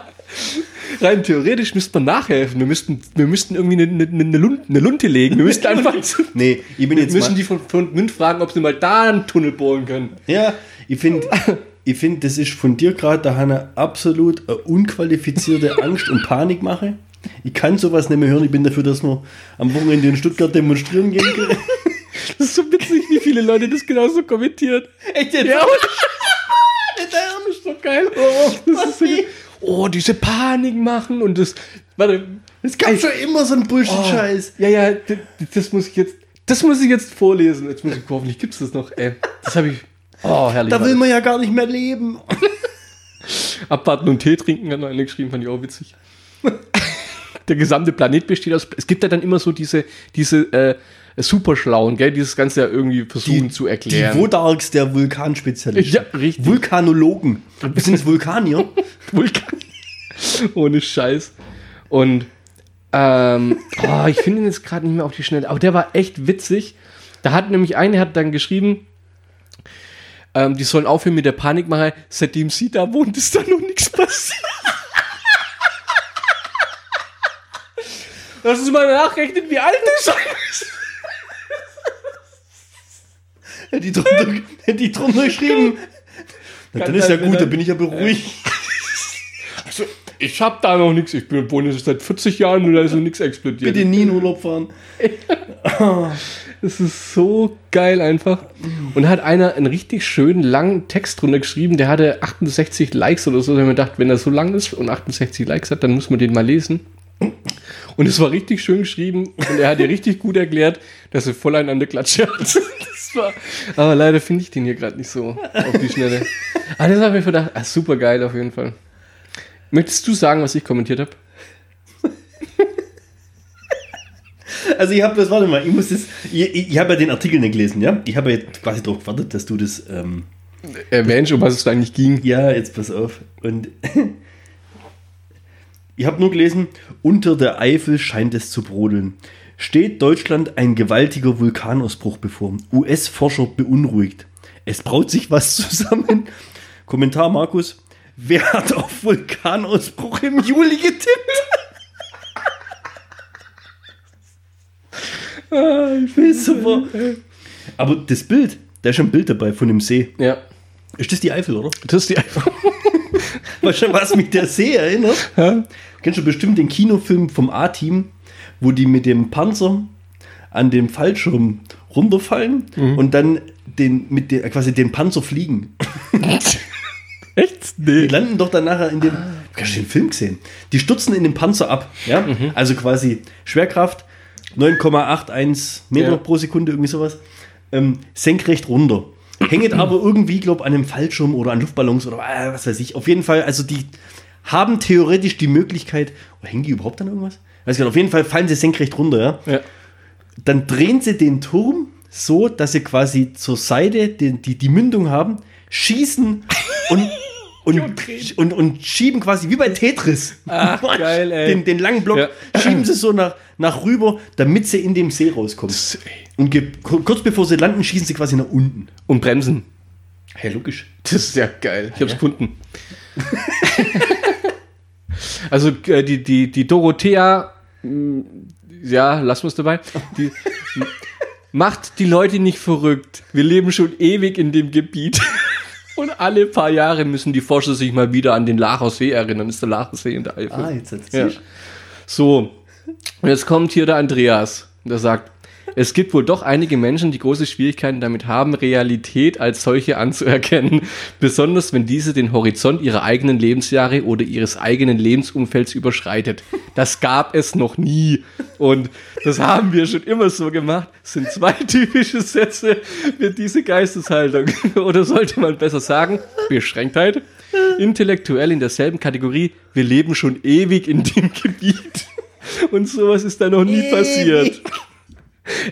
Speaker 1: Rein theoretisch müsste man nachhelfen. Wir müssten, wir müssten irgendwie eine, eine, eine, Lun- eine Lunte legen. Wir müssten einfach.
Speaker 2: Nee, ich bin
Speaker 1: Wir
Speaker 2: jetzt.
Speaker 1: müssen
Speaker 2: mal-
Speaker 1: die von, von Münd fragen, ob sie mal da einen Tunnel bohren können.
Speaker 2: Ja, ich finde, ich find, das ist von dir gerade, da Hanna, absolut eine unqualifizierte Angst und Panikmache. Ich kann sowas nicht mehr hören. Ich bin dafür, dass wir am Wochenende in Stuttgart demonstrieren gehen können.
Speaker 1: Das ist so witzig, wie viele Leute das genauso kommentieren.
Speaker 2: Echt jetzt?
Speaker 1: Ja, und
Speaker 2: Ja.
Speaker 1: Das ist doch geil. Oh, das ist so
Speaker 2: Ossi.
Speaker 1: ge- oh, diese Panik machen und das. Warte.
Speaker 2: Es gab schon immer so einen Bullshit-Scheiß.
Speaker 1: Oh. Ja, ja, d- d- das muss ich jetzt. Das muss ich jetzt vorlesen. Jetzt muss ich, hoffentlich gibt's das noch. Ey, das habe ich. Oh, herrlich.
Speaker 2: Da
Speaker 1: Warte.
Speaker 2: will man ja gar nicht mehr leben.
Speaker 1: Oh, Abwarten und Tee trinken, hat noch einer geschrieben, fand ich auch witzig. Der gesamte Planet besteht aus. Es gibt ja dann immer so diese, diese äh, Superschlauen, gell, die das Ganze ja irgendwie versuchen zu erklären.
Speaker 2: Die Wodarks der Vulkanspezialisten.
Speaker 1: Ja, richtig.
Speaker 2: Vulkanologen. Sind es Vulkanier?
Speaker 1: Vulkan. Ohne Scheiß. Und ähm, oh, ich finde ihn jetzt gerade nicht mehr auf die Schnelle. Aber der war echt witzig. Da hat nämlich einer hat dann geschrieben, ähm, die sollen aufhören mit der Panikmache. Seitdem sie da wohnt, ist da noch nichts passiert. Lass uns mal nachrechnen, wie alt du sein bist.
Speaker 2: Hätte ich drunter, hätte ich drunter geschrieben. Na, dann
Speaker 1: Kann
Speaker 2: ist ja
Speaker 1: sein,
Speaker 2: gut,
Speaker 1: wenn
Speaker 2: da
Speaker 1: dann-
Speaker 2: bin ich ja beruhigt.
Speaker 1: Also, ich hab da noch nichts. Ich bin- wohne jetzt seit 40 Jahren und da ist noch nichts explodiert.
Speaker 2: Bitte nie in Urlaub fahren.
Speaker 1: Es ist so geil einfach. Und da hat einer einen richtig schönen langen Text drunter geschrieben, der hatte 68 Likes oder so. Da haben wir gedacht, wenn er so lang ist und 68 Likes hat, dann muss man den mal lesen. Und es war richtig schön geschrieben und er hat dir richtig gut erklärt, dass er voll einen an der Klatsche hat. Das war, aber leider finde ich den hier gerade nicht so auf die Schnelle. Aber das habe ich gedacht, ah, super geil auf jeden Fall. Möchtest du sagen, was ich kommentiert habe?
Speaker 2: Also ich habe das, warte mal, ich muss das, ich, ich habe ja den Artikel nicht gelesen, ja? Ich habe ja jetzt quasi darauf gewartet, dass du das, ähm,
Speaker 1: Erwähnst, um was es eigentlich ging.
Speaker 2: ja, jetzt pass auf. Und ich habe nur gelesen, unter der Eifel scheint es zu brodeln. Steht Deutschland ein gewaltiger Vulkanausbruch bevor? US-Forscher beunruhigt. Es braut sich was zusammen. Kommentar Markus, wer hat auf Vulkanausbruch im Juli getippt?
Speaker 1: Ah,
Speaker 2: Super. Aber das Bild, da ist schon ein Bild dabei von dem See.
Speaker 1: Ja,
Speaker 2: Ist das die Eifel, oder?
Speaker 1: das ist die einfach.
Speaker 2: Was schon was mich der See erinnert. Kennst du bestimmt den Kinofilm vom A-Team, wo die mit dem Panzer an dem Fallschirm runterfallen und dann den, mit der, quasi den Panzer fliegen.
Speaker 1: Echt?
Speaker 2: Die
Speaker 1: Nee.
Speaker 2: landen doch dann nachher in dem. Hast du den Film gesehen? Die stürzen in den Panzer ab. Ja? Also quasi Schwerkraft 9,81 Meter
Speaker 1: Ja.
Speaker 2: pro Sekunde, irgendwie sowas. Ähm, senkrecht runter. Hänget aber irgendwie, glaube an einem Fallschirm oder an Luftballons oder äh, was weiß ich. Auf jeden Fall, also die haben theoretisch die Möglichkeit. Oh, hängen die überhaupt an irgendwas? Weiß gar nicht, auf jeden Fall fallen sie senkrecht runter, ja
Speaker 1: Ja.
Speaker 2: dann drehen sie den Turm so, dass sie quasi zur Seite den, die, die Mündung haben, schießen und, und, und, und schieben quasi wie bei Tetris.
Speaker 1: Ach, geil, ey.
Speaker 2: Den, den langen Block
Speaker 1: Ja.
Speaker 2: schieben sie so nach, nach rüber, damit sie in dem See rauskommen. Und ge- ku- kurz bevor sie landen, schießen sie quasi nach unten.
Speaker 1: Und bremsen.
Speaker 2: Hey, logisch.
Speaker 1: Das ist ja geil. Ich hab's gefunden. also äh, die, die, die Dorothea, mh, ja, lassen wir es dabei. Die, macht die Leute nicht verrückt. Wir leben schon ewig in dem Gebiet. Und alle paar Jahre müssen die Forscher sich mal wieder an den Lacher See erinnern. Das ist der Lacher See in der Eifel.
Speaker 2: Ah, jetzt hat's
Speaker 1: Ja.
Speaker 2: sich.
Speaker 1: So, und jetzt kommt hier der Andreas. Der sagt, es gibt wohl doch einige Menschen, die große Schwierigkeiten damit haben, Realität als solche anzuerkennen. Besonders wenn diese den Horizont ihrer eigenen Lebensjahre oder ihres eigenen Lebensumfelds überschreitet. Das gab es noch nie. Und das haben wir schon immer so gemacht. Das sind zwei typische Sätze für diese Geisteshaltung. Oder sollte man besser sagen, Beschränktheit. intellektuell in derselben Kategorie, wir leben schon ewig in dem Gebiet. Und sowas ist da noch nie passiert.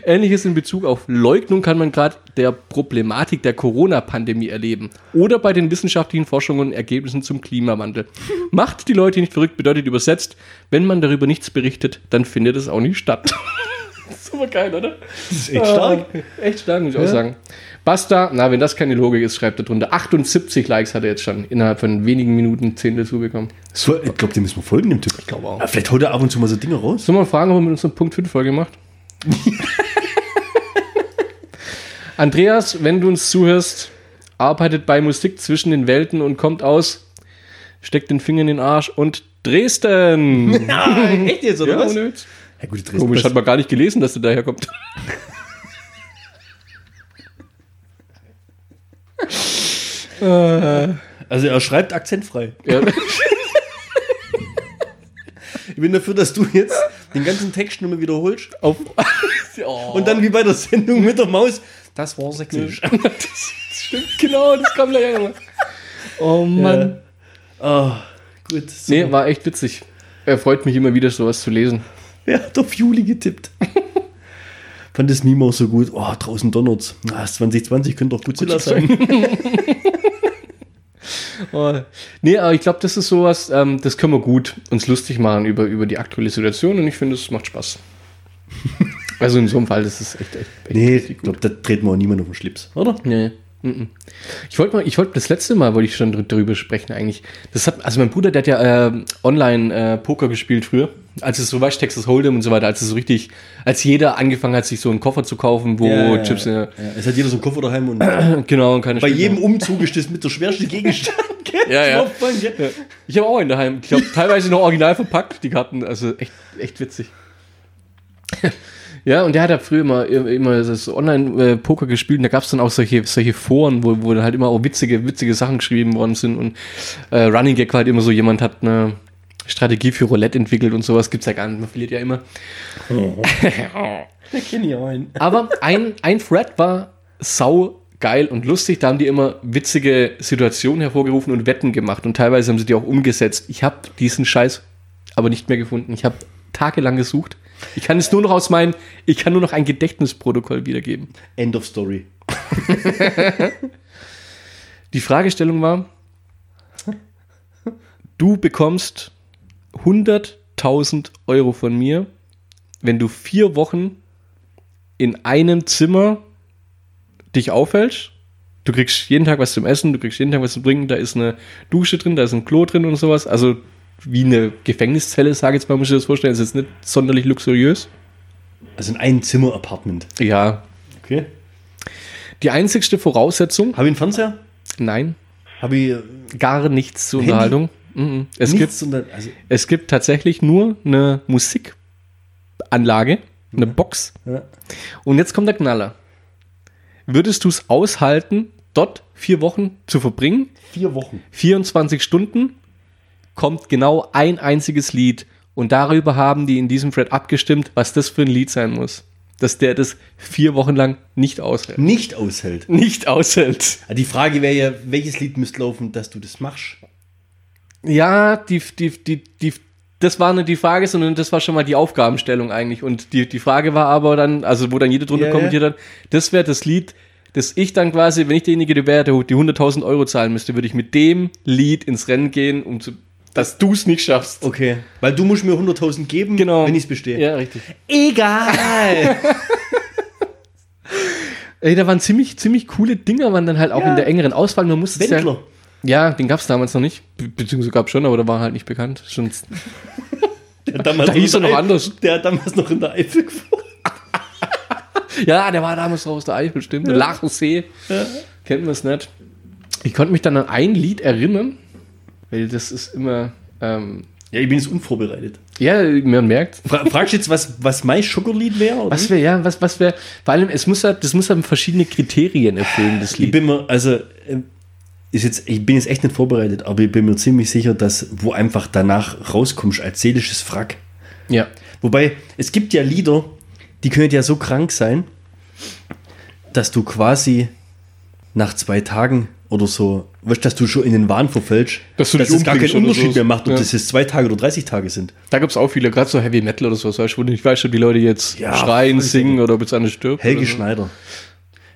Speaker 1: Ähnliches in Bezug auf Leugnung kann man gerade der Problematik der Corona-Pandemie erleben oder bei den wissenschaftlichen Forschungen und Ergebnissen zum Klimawandel. Macht die Leute nicht verrückt bedeutet übersetzt, wenn man darüber nichts berichtet, dann findet es auch nicht statt. das ist aber geil, oder?
Speaker 2: Das ist echt stark.
Speaker 1: Äh, echt stark, muss ich auch sagen. Basta, na, wenn das keine Logik ist, schreibt er drunter. 78 Likes hat er jetzt schon innerhalb von wenigen Minuten 10 dazu bekommen.
Speaker 2: So, ich glaube, dem müssen wir folgen, dem Typ. Ich
Speaker 1: glaube auch.
Speaker 2: Ja, vielleicht holt er ab und zu mal so Dinge raus.
Speaker 1: Sollen wir mal fragen, ob er mit uns eine Punkt 5 Folge macht? Andreas, wenn du uns zuhörst, arbeitet bei Musik zwischen den Welten und kommt aus, steckt den Finger in den Arsch und Dresden.
Speaker 2: Ja, echt jetzt,
Speaker 1: Ja, ohne Witz.
Speaker 2: Ja, gut, Dresden
Speaker 1: Komisch, hat
Speaker 2: passt-
Speaker 1: man gar nicht gelesen, dass du daher kommt.
Speaker 2: also er schreibt akzentfrei.
Speaker 1: Ja.
Speaker 2: Ich bin dafür, dass du jetzt den ganzen Text nur mal wiederholst
Speaker 1: Auf,
Speaker 2: und dann wie bei der Sendung mit der Maus. Das war sächsisch.
Speaker 1: das stimmt, genau, das kam gleich nochmal. Oh Mann.
Speaker 2: Mann. Ah, gut. So.
Speaker 1: Nee, war echt witzig. Er freut mich immer wieder, sowas zu lesen.
Speaker 2: Wer hat auf Juli getippt? Fand das Meme auch so gut. Oh, draußen donnert's. Ah, das 2020 könnte doch Godzilla sein.
Speaker 1: Oh. Nee, aber ich glaube, das ist sowas, ähm, das können wir gut uns lustig machen über, über die aktuelle Situation und ich finde, es macht Spaß. also in so einem Fall, das ist echt, echt, echt
Speaker 2: Nee,
Speaker 1: richtig
Speaker 2: ich glaube, da dreht man auch niemand auf den Schlips, oder?
Speaker 1: Nee. mhm. Ich wollte mal, ich wollte das letzte Mal wollte ich schon dr- drüber sprechen eigentlich. Das hat, also mein Bruder, der hat ja äh, online äh, Poker gespielt früher, als es so war, Texas Hold'em und so weiter, als es so richtig, als jeder angefangen hat, sich so einen Koffer zu kaufen, wo Chips,
Speaker 2: ja.
Speaker 1: äh,
Speaker 2: Es hat jeder so einen Koffer daheim und
Speaker 1: genau, und keine
Speaker 2: bei
Speaker 1: Spiele.
Speaker 2: jedem Umzug ist das mit der schwerste Gegenstand. gell?
Speaker 1: Ja, ja.
Speaker 2: Aufwand, gell?
Speaker 1: Ja. Ich habe auch einen daheim. Ich glaube, teilweise noch original verpackt, die Karten. Also echt, echt witzig. Ja, und der hat ja früher immer, immer das Online-Poker gespielt und da gab es dann auch solche, solche Foren, wo, wo dann halt immer auch witzige, witzige Sachen geschrieben worden sind und äh, Running Gag war halt immer so, jemand hat eine Strategie für Roulette entwickelt und sowas gibt's ja gar nicht, man verliert ja immer.
Speaker 2: Da kenn ich auch einen.
Speaker 1: Aber ein, ein Thread war sau geil und lustig. Da haben die immer witzige Situationen hervorgerufen und Wetten gemacht. Und teilweise haben sie die auch umgesetzt. Ich habe diesen Scheiß aber nicht mehr gefunden. Ich habe tagelang gesucht. Ich kann es nur noch aus meinem, ich kann nur noch ein Gedächtnisprotokoll wiedergeben.
Speaker 2: End of Story.
Speaker 1: Die Fragestellung war, du bekommst 100.000 Euro von mir, wenn du vier Wochen in einem Zimmer dich aufhältst. Du kriegst jeden Tag was zum Essen, du kriegst jeden Tag was zum Trinken, da ist eine Dusche drin, da ist ein Klo drin und sowas. Also wie eine Gefängniszelle, sage ich jetzt mal, muss ich das vorstellen. Das ist jetzt nicht sonderlich luxuriös.
Speaker 2: Also in einem Zimmer-Apartment.
Speaker 1: Ja.
Speaker 2: Okay.
Speaker 1: Die einzigste Voraussetzung,
Speaker 2: Habe ich einen Fernseher?
Speaker 1: nein,
Speaker 2: Habe ich äh,
Speaker 1: gar nichts zur
Speaker 2: Handy?
Speaker 1: Unterhaltung. Mhm. Es gibt
Speaker 2: nichts? Und dann, also,
Speaker 1: Es gibt tatsächlich nur eine Musikanlage, eine Box.
Speaker 2: ja.
Speaker 1: Und jetzt kommt der Knaller. Würdest du es aushalten, dort vier Wochen zu verbringen?
Speaker 2: Vier Wochen.
Speaker 1: 24 Stunden kommt genau ein einziges Lied. Und darüber haben die in diesem Thread abgestimmt, was das für ein Lied sein muss. Dass der das vier Wochen lang nicht aushält.
Speaker 2: Nicht aushält.
Speaker 1: Nicht aushält.
Speaker 2: Ah, Die Frage wäre ja, welches Lied müsste laufen, dass du das machst?
Speaker 1: Ja, die, die, die, die, das war nicht die Frage, sondern das war schon mal die Aufgabenstellung eigentlich. Und die, die Frage war aber dann, also wo dann jeder drunter
Speaker 2: Ja, ja.
Speaker 1: kommentiert hat, das wäre das Lied, das ich dann quasi, wenn ich derjenige wäre, der die 100.000 Euro zahlen müsste, würde ich mit dem Lied ins Rennen gehen, um zu, dass du es nicht schaffst.
Speaker 2: Okay. Weil du musst mir 100.000 geben, wenn ich es bestehe.
Speaker 1: Genau. Ja, richtig.
Speaker 2: Egal.
Speaker 1: Ey, da waren ziemlich, ziemlich coole Dinger, waren dann halt auch
Speaker 2: Ja.
Speaker 1: in der engeren Auswahl. Man musste es
Speaker 2: Wendler.
Speaker 1: Ja, ja, den gab es damals noch nicht. Be beziehungsweise gab es schon, aber der war halt nicht bekannt. Schon,
Speaker 2: Der hat damals
Speaker 1: Da hieß
Speaker 2: in
Speaker 1: er
Speaker 2: der
Speaker 1: noch
Speaker 2: Eifel-
Speaker 1: anders.
Speaker 2: Der hat damals noch in der Eifel gefahren.
Speaker 1: Ja, der war damals raus der Eifel, stimmt. Ja. Lachensee. Kennen wir es nicht. Ich konnte mich dann an ein Lied erinnern, weil das ist immer. Ähm,
Speaker 2: Ja, ich bin jetzt unvorbereitet.
Speaker 1: ja, man merkt. hm?
Speaker 2: Fra fragst du jetzt, was, was mein Sugarlied wäre? oder?
Speaker 1: Was wäre, ja, was, was wäre. Vor allem, es muss ja, das muss ja verschiedene Kriterien erfüllen, das
Speaker 2: Ich
Speaker 1: Lied.
Speaker 2: bin mir, also, ähm, ist jetzt, ich bin jetzt echt nicht vorbereitet, aber ich bin mir ziemlich sicher, dass wo einfach danach rauskommst als seelisches Frack.
Speaker 1: Ja.
Speaker 2: Wobei, es gibt ja Lieder, die können ja so krank sein, dass du quasi nach zwei Tagen oder so, weißt du, dass du schon in den Wahn verfällst,
Speaker 1: Dass du
Speaker 2: dass
Speaker 1: dich
Speaker 2: es gar keinen
Speaker 1: umbringst oder
Speaker 2: Unterschied
Speaker 1: sowas.
Speaker 2: mehr macht, ob
Speaker 1: Ja.
Speaker 2: das jetzt zwei Tage oder 30 Tage sind.
Speaker 1: Da gibt es auch viele, gerade so Heavy Metal oder sowas, weißt du, wo du nicht weißt, ob die Leute jetzt
Speaker 2: Ja,
Speaker 1: schreien,
Speaker 2: voll so.
Speaker 1: singen oder ob jetzt einer stirbt.
Speaker 2: Helge
Speaker 1: oder so.
Speaker 2: Schneider.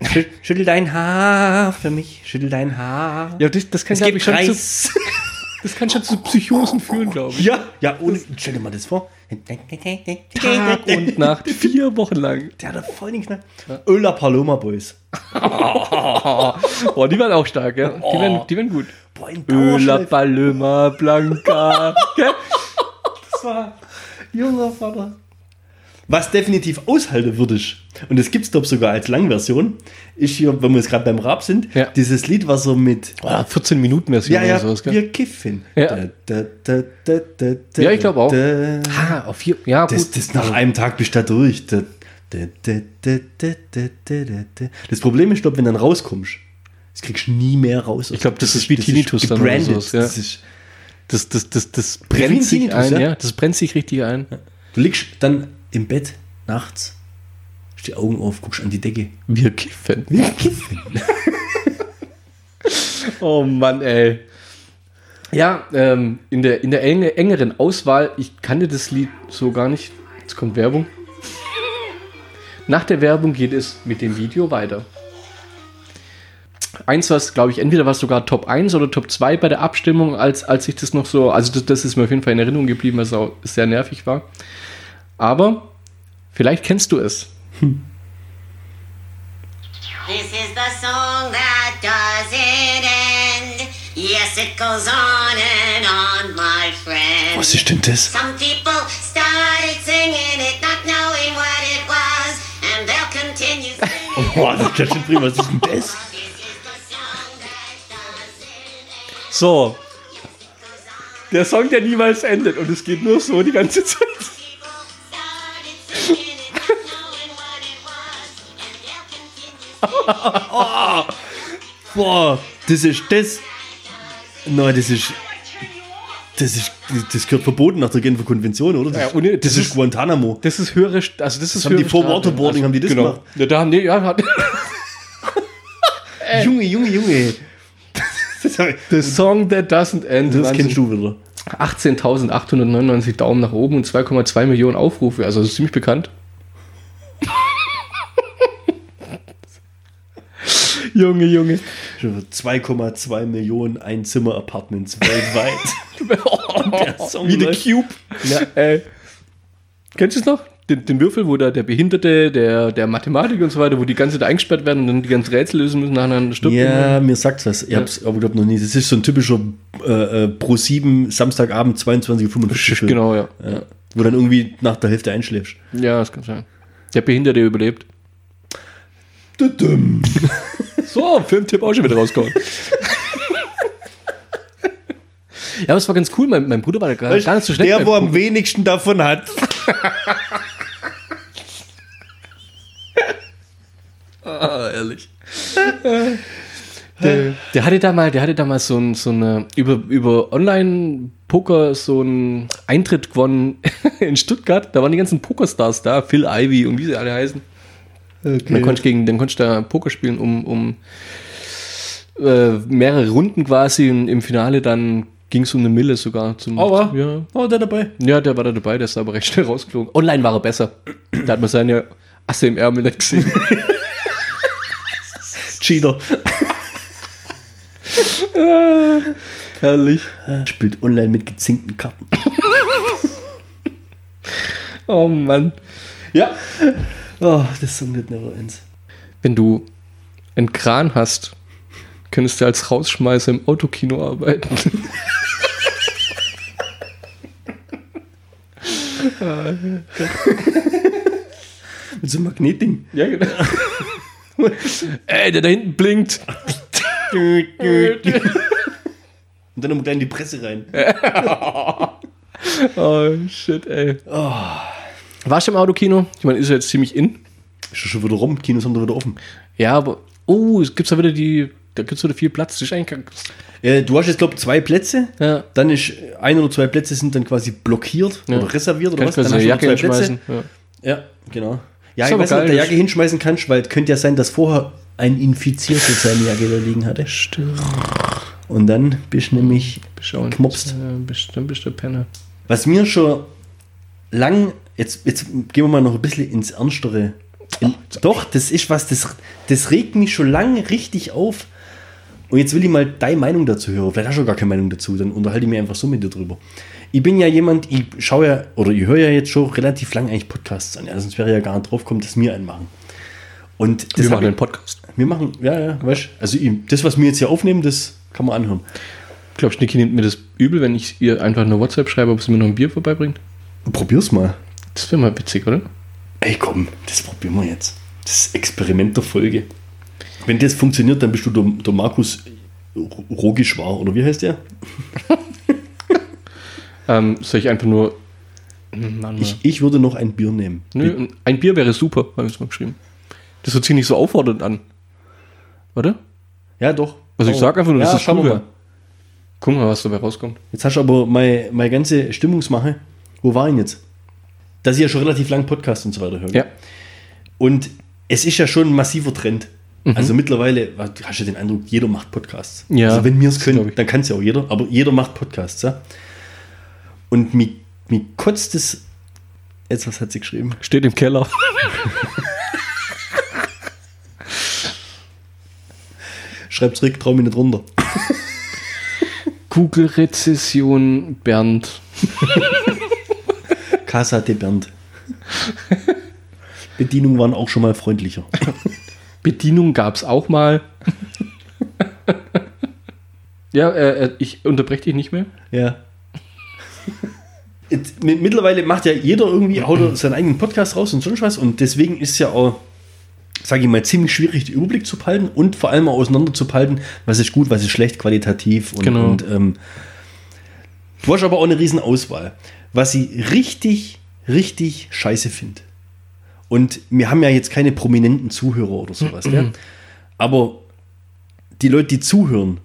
Speaker 2: Schü- Schüttel dein Haar für mich, schüttel dein Haar.
Speaker 1: Ja, das, das kann, glaube ich, schon zu,
Speaker 2: Reis.
Speaker 1: das kann schon zu Psychosen führen, glaube ich.
Speaker 2: Ja, ja, ohne, stell dir mal das vor.
Speaker 1: Tag und Nacht, vier Wochen lang.
Speaker 2: Der hat da voll den Knall. Öla Paloma Boys.
Speaker 1: Boah, die waren auch stark, ja. Die waren, die waren gut.
Speaker 2: Boah, in
Speaker 1: Öla
Speaker 2: Dauerschleife.
Speaker 1: Paloma Blanca. Gell?
Speaker 2: Das war junger Vater. Was definitiv aushaltewürdig, und das gibt's glaube sogar als Langversion, ist hier, wenn wir jetzt gerade beim Rap sind,
Speaker 1: Ja.
Speaker 2: dieses Lied, was er mit
Speaker 1: Ah, 14 Minuten Version
Speaker 2: Ja, ja,
Speaker 1: oder sowas, gell?
Speaker 2: wir kiffen.
Speaker 1: Ja.
Speaker 2: Da, da, da, da, da,
Speaker 1: Ja, ich glaube auch.
Speaker 2: da.
Speaker 1: Ah, auf vier, ja,
Speaker 2: Das,
Speaker 1: gut.
Speaker 2: das nach einem Tag bist du da durch. Da, da, da, da, da, da, da, da. Das Problem ist, glaube wenn du dann rauskommst, das kriegst du nie mehr raus.
Speaker 1: Ich glaub, das ist wie Tinnitus dann oder
Speaker 2: gebrandet.
Speaker 1: sowas, ja.
Speaker 2: das ist,
Speaker 1: Das, das, das, das brennt sich ein,
Speaker 2: Tinnitus, ja?
Speaker 1: ja. Das brennt sich richtig ein.
Speaker 2: Du liegst dann im Bett nachts, hast die Augen auf, guckst an die Decke.
Speaker 1: Wir kiffen.
Speaker 2: Wir kiffen.
Speaker 1: Oh Mann, ey. Ja, ähm, in der, in der enge, engeren Auswahl, ich kannte das Lied so gar nicht. Jetzt kommt Werbung. Nach der Werbung geht es mit dem Video weiter. Eins war es, glaube ich, entweder war es sogar Top 1 oder Top 2 bei der Abstimmung, als, als ich das noch so, also das, das ist mir auf jeden Fall in Erinnerung geblieben, was auch sehr nervig war. Aber vielleicht kennst du es.
Speaker 4: This is the song that doesn't end. Yes, it goes on and on, my friend.
Speaker 2: Was ist denn das?
Speaker 4: Some people started singing it, not knowing what it was, and they'll continue singing.
Speaker 2: Boah, das ist ja schon prima. Was ist denn das?
Speaker 4: This is the song that doesn't
Speaker 1: So. Der Song, der niemals endet und es geht nur so die ganze Zeit.
Speaker 4: People started singing it, not knowing what it was, and they'll continue
Speaker 2: Boah, das ist das. Nein, das ist. Das ist. Das gehört verboten nach der Genfer Konvention, oder? Das,
Speaker 1: Ja, und das
Speaker 2: das ist
Speaker 1: ist-
Speaker 2: Guantanamo.
Speaker 1: Das ist höhere, St- also das ist
Speaker 2: haben die
Speaker 1: höhere
Speaker 2: vor
Speaker 1: Strafe. Genau.
Speaker 2: Waterboarding, haben die das gemacht?
Speaker 1: Ja, da haben die, ja, hat,
Speaker 2: Junge, Junge, Junge. Äh. Das, hab ich-
Speaker 1: The Song That Doesn't End.
Speaker 2: das
Speaker 1: Wahnsinn.
Speaker 2: kennst du wieder.
Speaker 1: 18.899 Daumen nach oben und 2,2 Millionen Aufrufe, also das ist ziemlich bekannt. Junge, Junge.
Speaker 2: Schon wieder 2,2 Millionen Einzimmer-Apartments weltweit. Der Song
Speaker 1: Wie
Speaker 2: läuft.
Speaker 1: The Cube. Äh, kennst du es noch? Den, den Würfel, wo da der Behinderte, der, der Mathematiker und so weiter, wo die ganze da eingesperrt werden und dann die ganzen Rätsel lösen müssen, nacheinander stirbt.
Speaker 2: Ja, mir sagt's was. Ich hab's aber glaube noch nie. Das ist so ein typischer äh, äh, Pro 7 Samstagabend 22.55 Uhr.
Speaker 1: Genau, ja.
Speaker 2: Ja. Wo dann irgendwie nach der Hälfte einschläfst.
Speaker 1: Ja, das kann sein. Der Behinderte überlebt.
Speaker 2: Tudum.
Speaker 1: So, Filmtipp auch schon wieder rausgekommen. ja, aber es war ganz cool. Mein, mein Bruder war da gar, gar nicht so schlecht.
Speaker 2: Der,
Speaker 1: beim
Speaker 2: wo am
Speaker 1: Gucken.
Speaker 2: wenigsten davon hat.
Speaker 1: Ah, ehrlich. der, der hatte da mal, der hatte damals so, ein, so eine über, über Online-Poker so einen Eintritt gewonnen in Stuttgart. Da waren die ganzen Pokerstars da, Phil Ivy und wie sie alle heißen. Und Dann, konntest du gegen, dann konntest du da Poker spielen, um, um äh, mehrere Runden quasi. Und im Finale dann ging es um eine Mille sogar. Zum,
Speaker 2: Aua.
Speaker 1: Ja.
Speaker 2: Oh, der dabei.
Speaker 1: ja, der war da dabei, der ist da aber recht schnell rausgeflogen. Online war er besser. Da hat man seine Asse im Ärmel nicht gesehen.
Speaker 2: Cheater.
Speaker 1: Herrlich.
Speaker 2: Spielt online mit gezinkten Karten.
Speaker 1: Oh Mann.
Speaker 2: Ja. Oh, das Song wird never ends.
Speaker 1: Wenn du einen Kran hast, könntest du als Rausschmeißer im Autokino arbeiten.
Speaker 2: Mit so einem Magnetding.
Speaker 1: ja, genau. Ey, der da hinten blinkt.
Speaker 2: Und dann nochmal gleich in die Presse rein.
Speaker 1: Oh, shit, ey. Oh. Warst du im Autokino? Ich meine, ist ja jetzt ziemlich in.
Speaker 2: Ist schon wieder rum. Kinos haben da wieder offen.
Speaker 1: Ja, aber. Oh, es gibt da wieder die. Da gibt es wieder viel Platz. Das ist eigentlich gar-
Speaker 2: Äh, du hast jetzt, glaube ich, zwei Plätze.
Speaker 1: Ja.
Speaker 2: Dann ist äh, ein oder zwei Plätze sind dann quasi blockiert
Speaker 1: Ja.
Speaker 2: oder reserviert oder
Speaker 1: Kannst du
Speaker 2: was.
Speaker 1: so
Speaker 2: Dann
Speaker 1: eine
Speaker 2: hast
Speaker 1: Jacke
Speaker 2: du noch zwei Plätze.
Speaker 1: hinschmeißen? Ja.
Speaker 2: Ja, genau. Ja,
Speaker 1: Ist
Speaker 2: ich
Speaker 1: aber
Speaker 2: weiß nicht, ob
Speaker 1: geil,
Speaker 2: du
Speaker 1: das-
Speaker 2: Jacke hinschmeißen kannst, weil es könnte ja sein, dass vorher ein Infizierter seine Jacke da liegen hatte.
Speaker 1: Stimmt.
Speaker 2: Und dann bist du nämlich
Speaker 1: Und,
Speaker 2: gekmopst.
Speaker 1: äh, bist, dann bist du Penner.
Speaker 2: Was mir schon lang, jetzt, jetzt gehen wir mal noch ein bisschen ins Ernstere. In, doch, das ist was, das, das regt mich schon lange richtig auf. Und jetzt will ich mal deine Meinung dazu hören. Vielleicht hast du gar keine Meinung dazu, dann unterhalte ich mich einfach so mit dir drüber. Ich bin ja jemand, ich schaue ja, oder ich höre ja jetzt schon relativ lange eigentlich Podcasts an. Ja, sonst wäre ich ja gar nicht drauf gekommen, dass wir einen machen. Und das
Speaker 1: Wir
Speaker 2: hab
Speaker 1: machen
Speaker 2: ich-
Speaker 1: einen Podcast.
Speaker 2: Wir machen, ja, ja, weißt Also ich, das, was wir jetzt hier aufnehmen, das kann man anhören.
Speaker 1: Glaubst du, Niki nimmt mir das übel, wenn ich ihr einfach eine WhatsApp schreibe, ob sie mir noch ein Bier vorbeibringt?
Speaker 2: Probier's mal.
Speaker 1: Das wäre mal witzig, oder?
Speaker 2: Ey, komm, das probieren wir jetzt. Das Experiment der Folge. Wenn das funktioniert, dann bist du der, der Markus R- Rogischwar, oder wie heißt der?
Speaker 1: Ähm, soll ich einfach nur. Hm, Mann,
Speaker 2: Ich, ich würde noch ein Bier nehmen.
Speaker 1: Nö, ein Bier wäre super, habe ich mal geschrieben. Das hört sich nicht so auffordernd an. Oder?
Speaker 2: Ja, doch.
Speaker 1: Also ich sag einfach nur,
Speaker 2: Oh. ja,
Speaker 1: dass das
Speaker 2: schauen
Speaker 1: cool
Speaker 2: wir
Speaker 1: wär.
Speaker 2: mal.
Speaker 1: Guck mal, was dabei rauskommt.
Speaker 2: Jetzt hast du aber meine, meine ganze Stimmungsmache. Wo war ich denn jetzt? Dass ich ja schon relativ lang Podcast und so weiter höre.
Speaker 1: Ja.
Speaker 2: Und es ist ja schon ein massiver Trend. Also mittlerweile was- hast du den Eindruck, jeder macht Podcasts.
Speaker 1: Mhm. Ja,
Speaker 2: also wenn wir es
Speaker 1: das
Speaker 2: können,
Speaker 1: glaub ich.
Speaker 2: dann kann es ja auch jeder, aber jeder macht Podcasts. Ja? Und mich, mich kotzt es. Jetzt, was hat sie geschrieben?
Speaker 1: Steht im Keller.
Speaker 2: Schreibt zurück, trau mich nicht runter.
Speaker 1: Google-Rezession, Bernd.
Speaker 2: Casa de Bernd. Bedienungen waren auch schon mal freundlicher.
Speaker 1: Bedienung gab es auch mal. ja, äh, äh, ich unterbreche dich nicht mehr.
Speaker 2: Ja. Jetzt, mi- mittlerweile macht ja jeder irgendwie haut er seinen eigenen Podcast raus und sonst was und deswegen ist ja auch, sage ich mal, ziemlich schwierig, den Überblick zu behalten und vor allem auch auseinander zu behalten, was ist gut, was ist schlecht, qualitativ und,
Speaker 1: Genau.
Speaker 2: und ähm, du hast aber auch eine riesen Auswahl. Was ich richtig, richtig scheiße finde. Und wir haben ja jetzt keine prominenten Zuhörer oder sowas, ja. Aber die Leute, die zuhören,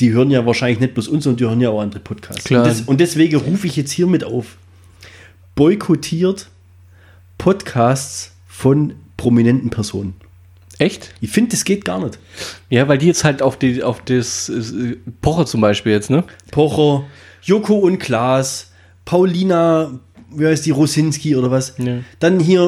Speaker 2: die hören ja wahrscheinlich nicht bloß uns, sondern die hören ja auch andere Podcasts.
Speaker 1: Klar.
Speaker 2: Und, des, und deswegen rufe ich jetzt hiermit auf. Boykottiert Podcasts von prominenten Personen.
Speaker 1: Echt?
Speaker 2: Ich finde, das geht gar nicht.
Speaker 1: Ja, weil die jetzt halt auf, die, auf das äh, Pocher zum Beispiel jetzt, ne?
Speaker 2: Pocher, Joko und Klaas, Paulina, wie heißt die, Rosinski oder was?
Speaker 1: Ja.
Speaker 2: Dann hier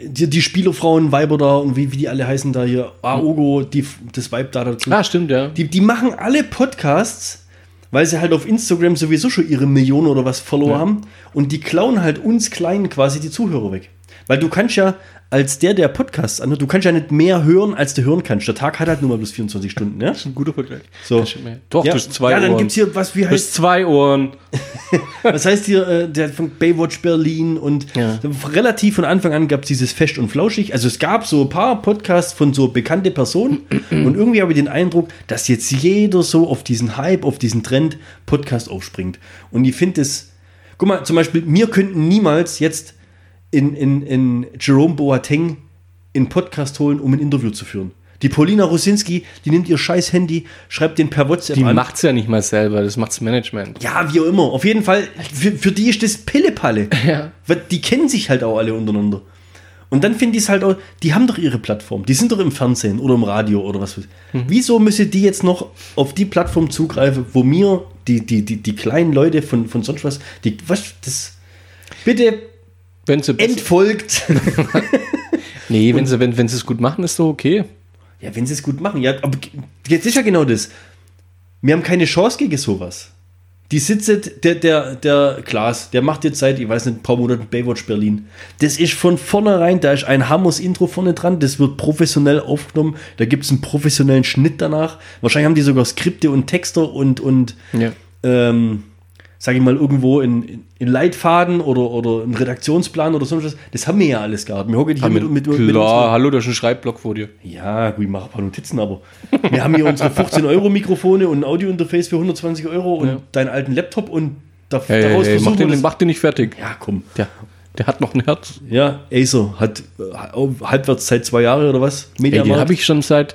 Speaker 2: äh, die, die Spielerfrauen, Weiber da und wie, wie die alle heißen da hier. Aogo, die, das Weib da dazu.
Speaker 1: Ah, stimmt, ja.
Speaker 2: Die, die machen alle Podcasts, weil sie halt auf Instagram sowieso schon ihre Millionen oder was Follower haben. Und die klauen halt uns Kleinen quasi die Zuhörer weg. Weil du kannst ja als der, der Podcasts anhört, du kannst ja nicht mehr hören, als du hören kannst. Der Tag hat halt nur mal bloß 24 Stunden, ne?
Speaker 1: ist ein guter Vergleich.
Speaker 2: So.
Speaker 1: Das stimmt, ja. Doch,
Speaker 2: ja,
Speaker 1: du hast zwei
Speaker 2: Ja, dann
Speaker 1: Ohren.
Speaker 2: gibt's hier was, wie
Speaker 1: Du hast
Speaker 2: heißt,
Speaker 1: zwei Ohren.
Speaker 2: was heißt hier, äh, der von Baywatch Berlin und
Speaker 1: Ja.
Speaker 2: relativ von Anfang an gab's dieses Fest und Flauschig. Also es gab so ein paar Podcasts von so bekannte Personen und irgendwie habe ich den Eindruck, dass jetzt jeder so auf diesen Hype, auf diesen Trend Podcast aufspringt. Und ich finde es, guck mal, zum Beispiel, wir könnten niemals jetzt in, in, in Jerome Boateng in Podcast holen, um ein Interview zu führen. Die Paulina Rosinski, die nimmt ihr scheiß Handy, schreibt den per WhatsApp
Speaker 1: Die
Speaker 2: an.
Speaker 1: macht's ja nicht mal selber, das macht's Management.
Speaker 2: Ja, wie auch immer. Auf jeden Fall, für, für die ist das Pillepalle. Weil Die kennen sich halt auch alle untereinander. Und dann finde ich es halt auch, die haben doch ihre Plattform. Die sind doch im Fernsehen oder im Radio oder was. weiß ich. Wieso müssen die jetzt noch auf die Plattform zugreifen, wo mir die, die, die, die kleinen Leute von, von sonst was, die, was, das, bitte
Speaker 1: Wenn sie,
Speaker 2: entfolgt.
Speaker 1: nee, wenn sie, wenn, wenn sie es gut machen, ist doch okay.
Speaker 2: ja, wenn sie es gut machen. Ja, aber jetzt ist ja genau das. Wir haben keine Chance gegen sowas. Die sitzt, der, der, der Klaas, der macht jetzt seit, ich weiß nicht, ein paar Monaten Baywatch Berlin. Das ist von vornherein, da ist ein Hammers-Intro vorne dran, das wird professionell aufgenommen, da gibt es einen professionellen Schnitt danach. Wahrscheinlich haben die sogar Skripte und Texter und, und
Speaker 1: Ja.
Speaker 2: ähm, sage ich mal, irgendwo in, in, in Leitfaden oder, oder einen Redaktionsplan oder sonst was. Das haben wir ja alles gehabt. Wir hocken hier mit, mit, mit
Speaker 1: Ah, Klar,
Speaker 2: unserer-
Speaker 1: hallo, da ist ein Schreibblock vor dir.
Speaker 2: ja, gut, ich mache ein paar Notizen, aber wir haben hier unsere 15-Euro-Mikrofone und ein Audio-Interface für 120 Euro und deinen alten Laptop und da,
Speaker 1: Hey, hey,
Speaker 2: daraus
Speaker 1: hey, mach,
Speaker 2: versuchen wir
Speaker 1: den,
Speaker 2: das-
Speaker 1: mach den nicht fertig.
Speaker 2: Ja, komm.
Speaker 1: Der, der hat noch ein Herz.
Speaker 2: Ja, Acer hat äh, Halbwertszeit zwei Jahre oder was?
Speaker 1: Ey, den
Speaker 2: Mediamarkt.
Speaker 1: habe ich schon seit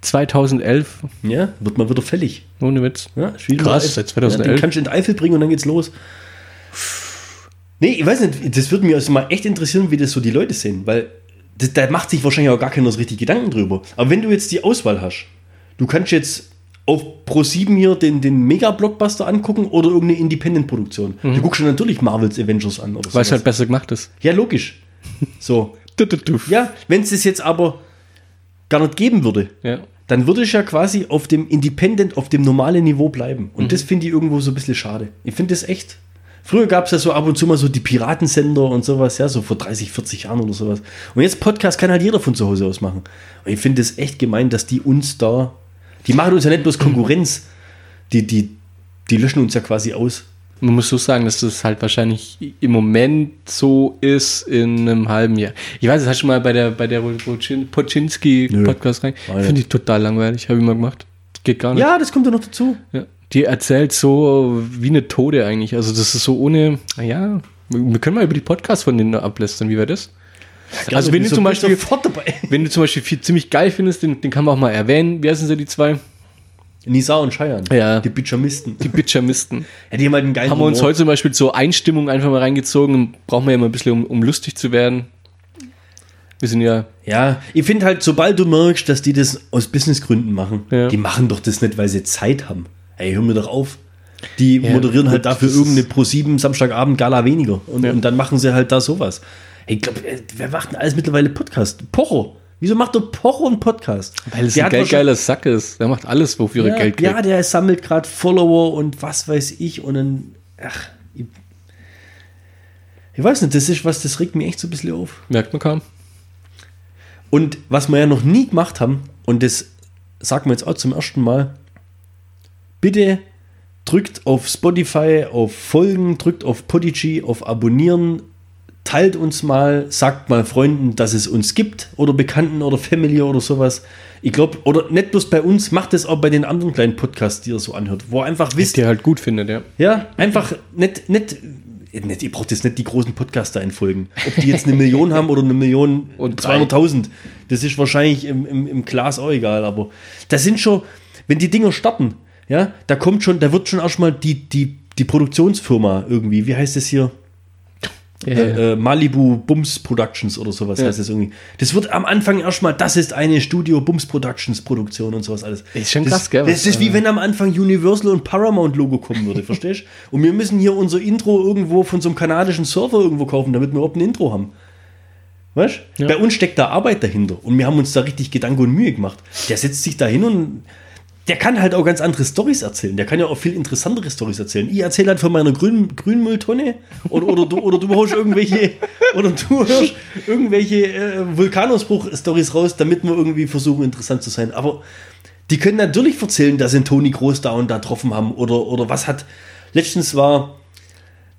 Speaker 1: 2011.
Speaker 2: Ja, wird mal wieder fällig.
Speaker 1: Ohne Witz.
Speaker 2: Ja, ist wieder
Speaker 1: Krass,
Speaker 2: Ne? Eifel.
Speaker 1: seit 2011.
Speaker 2: Ja, den kannst du in die Eifel bringen und dann geht's los. Nee, ich weiß nicht, das würde mich also mal echt interessieren, wie das so die Leute sehen, weil das, da macht sich wahrscheinlich auch gar keiner so richtig Gedanken drüber. Aber wenn du jetzt die Auswahl hast, du kannst jetzt auf Pro7 hier den, den Mega-Blockbuster angucken oder irgendeine Independent-Produktion. Du guckst dir natürlich Marvels Avengers an oder
Speaker 1: weil es
Speaker 2: sowas.
Speaker 1: Mhm. halt besser gemacht ist.
Speaker 2: Ja, logisch. So.
Speaker 1: Du, du, du. Ja.
Speaker 2: Ja, wenn es das jetzt aber gar nicht geben würde,
Speaker 1: ja.
Speaker 2: dann würde ich ja quasi auf dem Independent, auf dem normalen Niveau bleiben.
Speaker 1: Mhm.
Speaker 2: Und das finde ich irgendwo so ein bisschen schade. Ich finde das echt. Früher gab es ja so ab und zu mal so die Piratensender und sowas, ja, so vor 30, 40 Jahren oder sowas. Und jetzt Podcast kann halt jeder von zu Hause aus machen. Und ich finde das echt gemein, dass die uns da, die machen uns ja nicht bloß Konkurrenz, die, die, die löschen uns ja quasi aus.
Speaker 1: Man muss so sagen, dass das halt wahrscheinlich im Moment so ist in einem halben Jahr. Ich weiß, das hast du schon mal bei der, bei der Rutschin-
Speaker 2: Nö.
Speaker 1: Poczynski-Podcast rein.
Speaker 2: War ja.
Speaker 1: Finde ich total langweilig. Habe ich mal gemacht. Geht gar nicht.
Speaker 2: Ja, das kommt ja noch dazu.
Speaker 1: Ja. Die erzählt so wie eine Tode eigentlich. Also das ist so ohne, ja, wir können mal über die Podcasts von denen ablästern. Wie wäre das? also wenn du zum Beispiel,
Speaker 2: Sofort dabei.
Speaker 1: wenn du zum Beispiel viel, ziemlich geil findest, den, den kann man auch mal erwähnen. Wie heißen sie die zwei?
Speaker 2: Nisa und Scheiern.
Speaker 1: Ja.
Speaker 2: Die Bitchamisten.
Speaker 1: Die Bitchamisten.
Speaker 2: Ja, die haben halt einen geilen
Speaker 1: Haben wir uns
Speaker 2: Humor.
Speaker 1: heute zum Beispiel zur Einstimmung einfach mal reingezogen. Brauchen wir ja mal ein bisschen, um, um lustig zu werden. Wir sind ja,
Speaker 2: Ja, ich finde halt, sobald du merkst, dass die das aus Businessgründen machen,
Speaker 1: Ja.
Speaker 2: die machen doch das nicht, weil sie Zeit haben. Ey, hör mir doch auf. Die moderieren
Speaker 1: gut,
Speaker 2: halt dafür
Speaker 1: das ist-
Speaker 2: irgendeine Pro7 Samstagabend Gala weniger. Und,
Speaker 1: Ja.
Speaker 2: und dann machen sie halt da sowas. Ey, Ich glaube, wer macht denn alles mittlerweile Podcast? Pocho. Wieso macht der Pocho einen Podcast?
Speaker 1: weil es ein
Speaker 2: Der hat
Speaker 1: geil,
Speaker 2: wahrscheinlich-
Speaker 1: geiler Sack ist. Der macht alles, wofür er
Speaker 2: ja,
Speaker 1: Geld kriegt.
Speaker 2: ja, der sammelt gerade Follower und was weiß ich und dann, ach, ich, ich weiß nicht, das ist was, das regt mich echt so ein bisschen auf.
Speaker 1: Merkt man kaum.
Speaker 2: Und was wir ja noch nie gemacht haben, und das sagen wir jetzt auch zum ersten Mal, bitte drückt auf Spotify, auf Folgen, drückt auf Podigy, auf Abonnieren, teilt uns mal, sagt mal Freunden, dass es uns gibt oder Bekannten oder Family oder sowas. Ich glaube, oder nicht bloß bei uns, macht es auch bei den anderen kleinen Podcasts, die ihr so anhört, wo ihr einfach wisst,
Speaker 1: Der halt gut findet, ja.
Speaker 2: ja, einfach nicht, nicht, nicht ihr braucht jetzt nicht die großen Podcaster einfolgen. Ob die jetzt eine Million haben oder eine Million
Speaker 1: Und
Speaker 2: und 200.000, das ist wahrscheinlich im, im, im Glas auch egal, aber das sind schon, wenn die Dinger starten, ja, da kommt schon, da wird schon erstmal die, die, die Produktionsfirma irgendwie, wie heißt das hier? Äh, äh, Malibu Bums Productions oder sowas
Speaker 1: Ja.
Speaker 2: heißt das irgendwie. Das wird am Anfang erstmal, das ist eine Studio Bums Productions Produktion und sowas alles.
Speaker 1: Ist schon
Speaker 2: das,
Speaker 1: krass, gell, was-
Speaker 2: Das ist wie wenn am Anfang Universal und Paramount Logo kommen würde, verstehst du? Und wir müssen hier unser Intro irgendwo von so einem kanadischen Server irgendwo kaufen, damit wir überhaupt ein Intro haben. Weißt du?
Speaker 1: Ja.
Speaker 2: Bei uns steckt da Arbeit dahinter und wir haben uns da richtig Gedanken und Mühe gemacht. Der setzt sich da hin und der kann halt auch ganz andere Stories erzählen. Der kann ja auch viel interessantere Stories erzählen. Ich erzähle halt von meiner Grün, Grünmülltonne oder, oder, du, oder du hörst irgendwelche, oder du hörst irgendwelche äh, Vulkanausbruch-Stories raus, damit wir irgendwie versuchen, interessant zu sein. Aber die können natürlich erzählen, dass sie einen Toni Groß da und da getroffen haben oder, oder was hat. Letztens war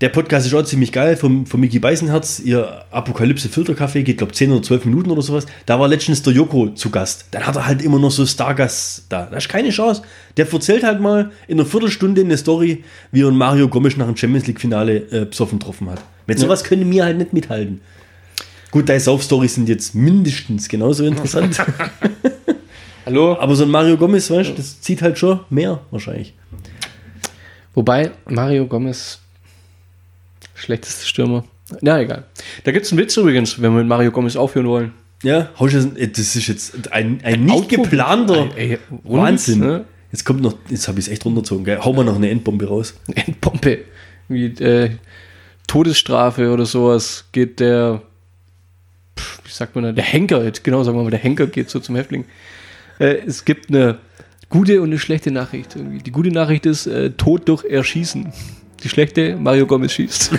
Speaker 2: der Podcast ist auch ziemlich geil vom, vom Mickey Beisenherz, ihr Apokalypse Filterkaffee, geht glaube 10 oder 12 Minuten oder sowas. Da war letztens der Joko zu Gast. Dann hat er halt immer noch so Stargast da. Da ist keine Chance. Der erzählt halt mal in einer Viertelstunde eine Story, wie er einen Mario Gomes nach dem Champions League Finale äh, besoffen getroffen hat. Mit sowas können wir halt nicht mithalten. Gut, deine Sauf-Stories sind jetzt mindestens genauso interessant.
Speaker 1: Hallo?
Speaker 2: Aber so ein Mario Gomez, weißt du, das zieht halt schon mehr wahrscheinlich.
Speaker 1: Wobei Mario Gomez schlechteste Stürmer. Na egal. Da gibt es einen Witz übrigens, wenn wir mit Mario Gomez aufhören wollen.
Speaker 2: Ja, haust du das- äh, das ist jetzt ein, ein nicht
Speaker 1: Output.
Speaker 2: geplanter
Speaker 1: Ey, ey, ohne
Speaker 2: Wahnsinn.
Speaker 1: Witz, ne?
Speaker 2: Jetzt kommt noch, jetzt habe ich es echt runterzogen, gell? Hau mal noch eine Endbombe raus.
Speaker 1: Endpompe. Wie äh, Todesstrafe oder sowas geht der, pff, wie sagt man da, der Henker, jetzt genau sagen wir mal, der Henker geht so zum Häftling. Äh, es gibt eine gute und eine schlechte Nachricht. Irgendwie. Die gute Nachricht ist äh, Tod durch Erschießen. Die schlechte, Mario Gomez schießt.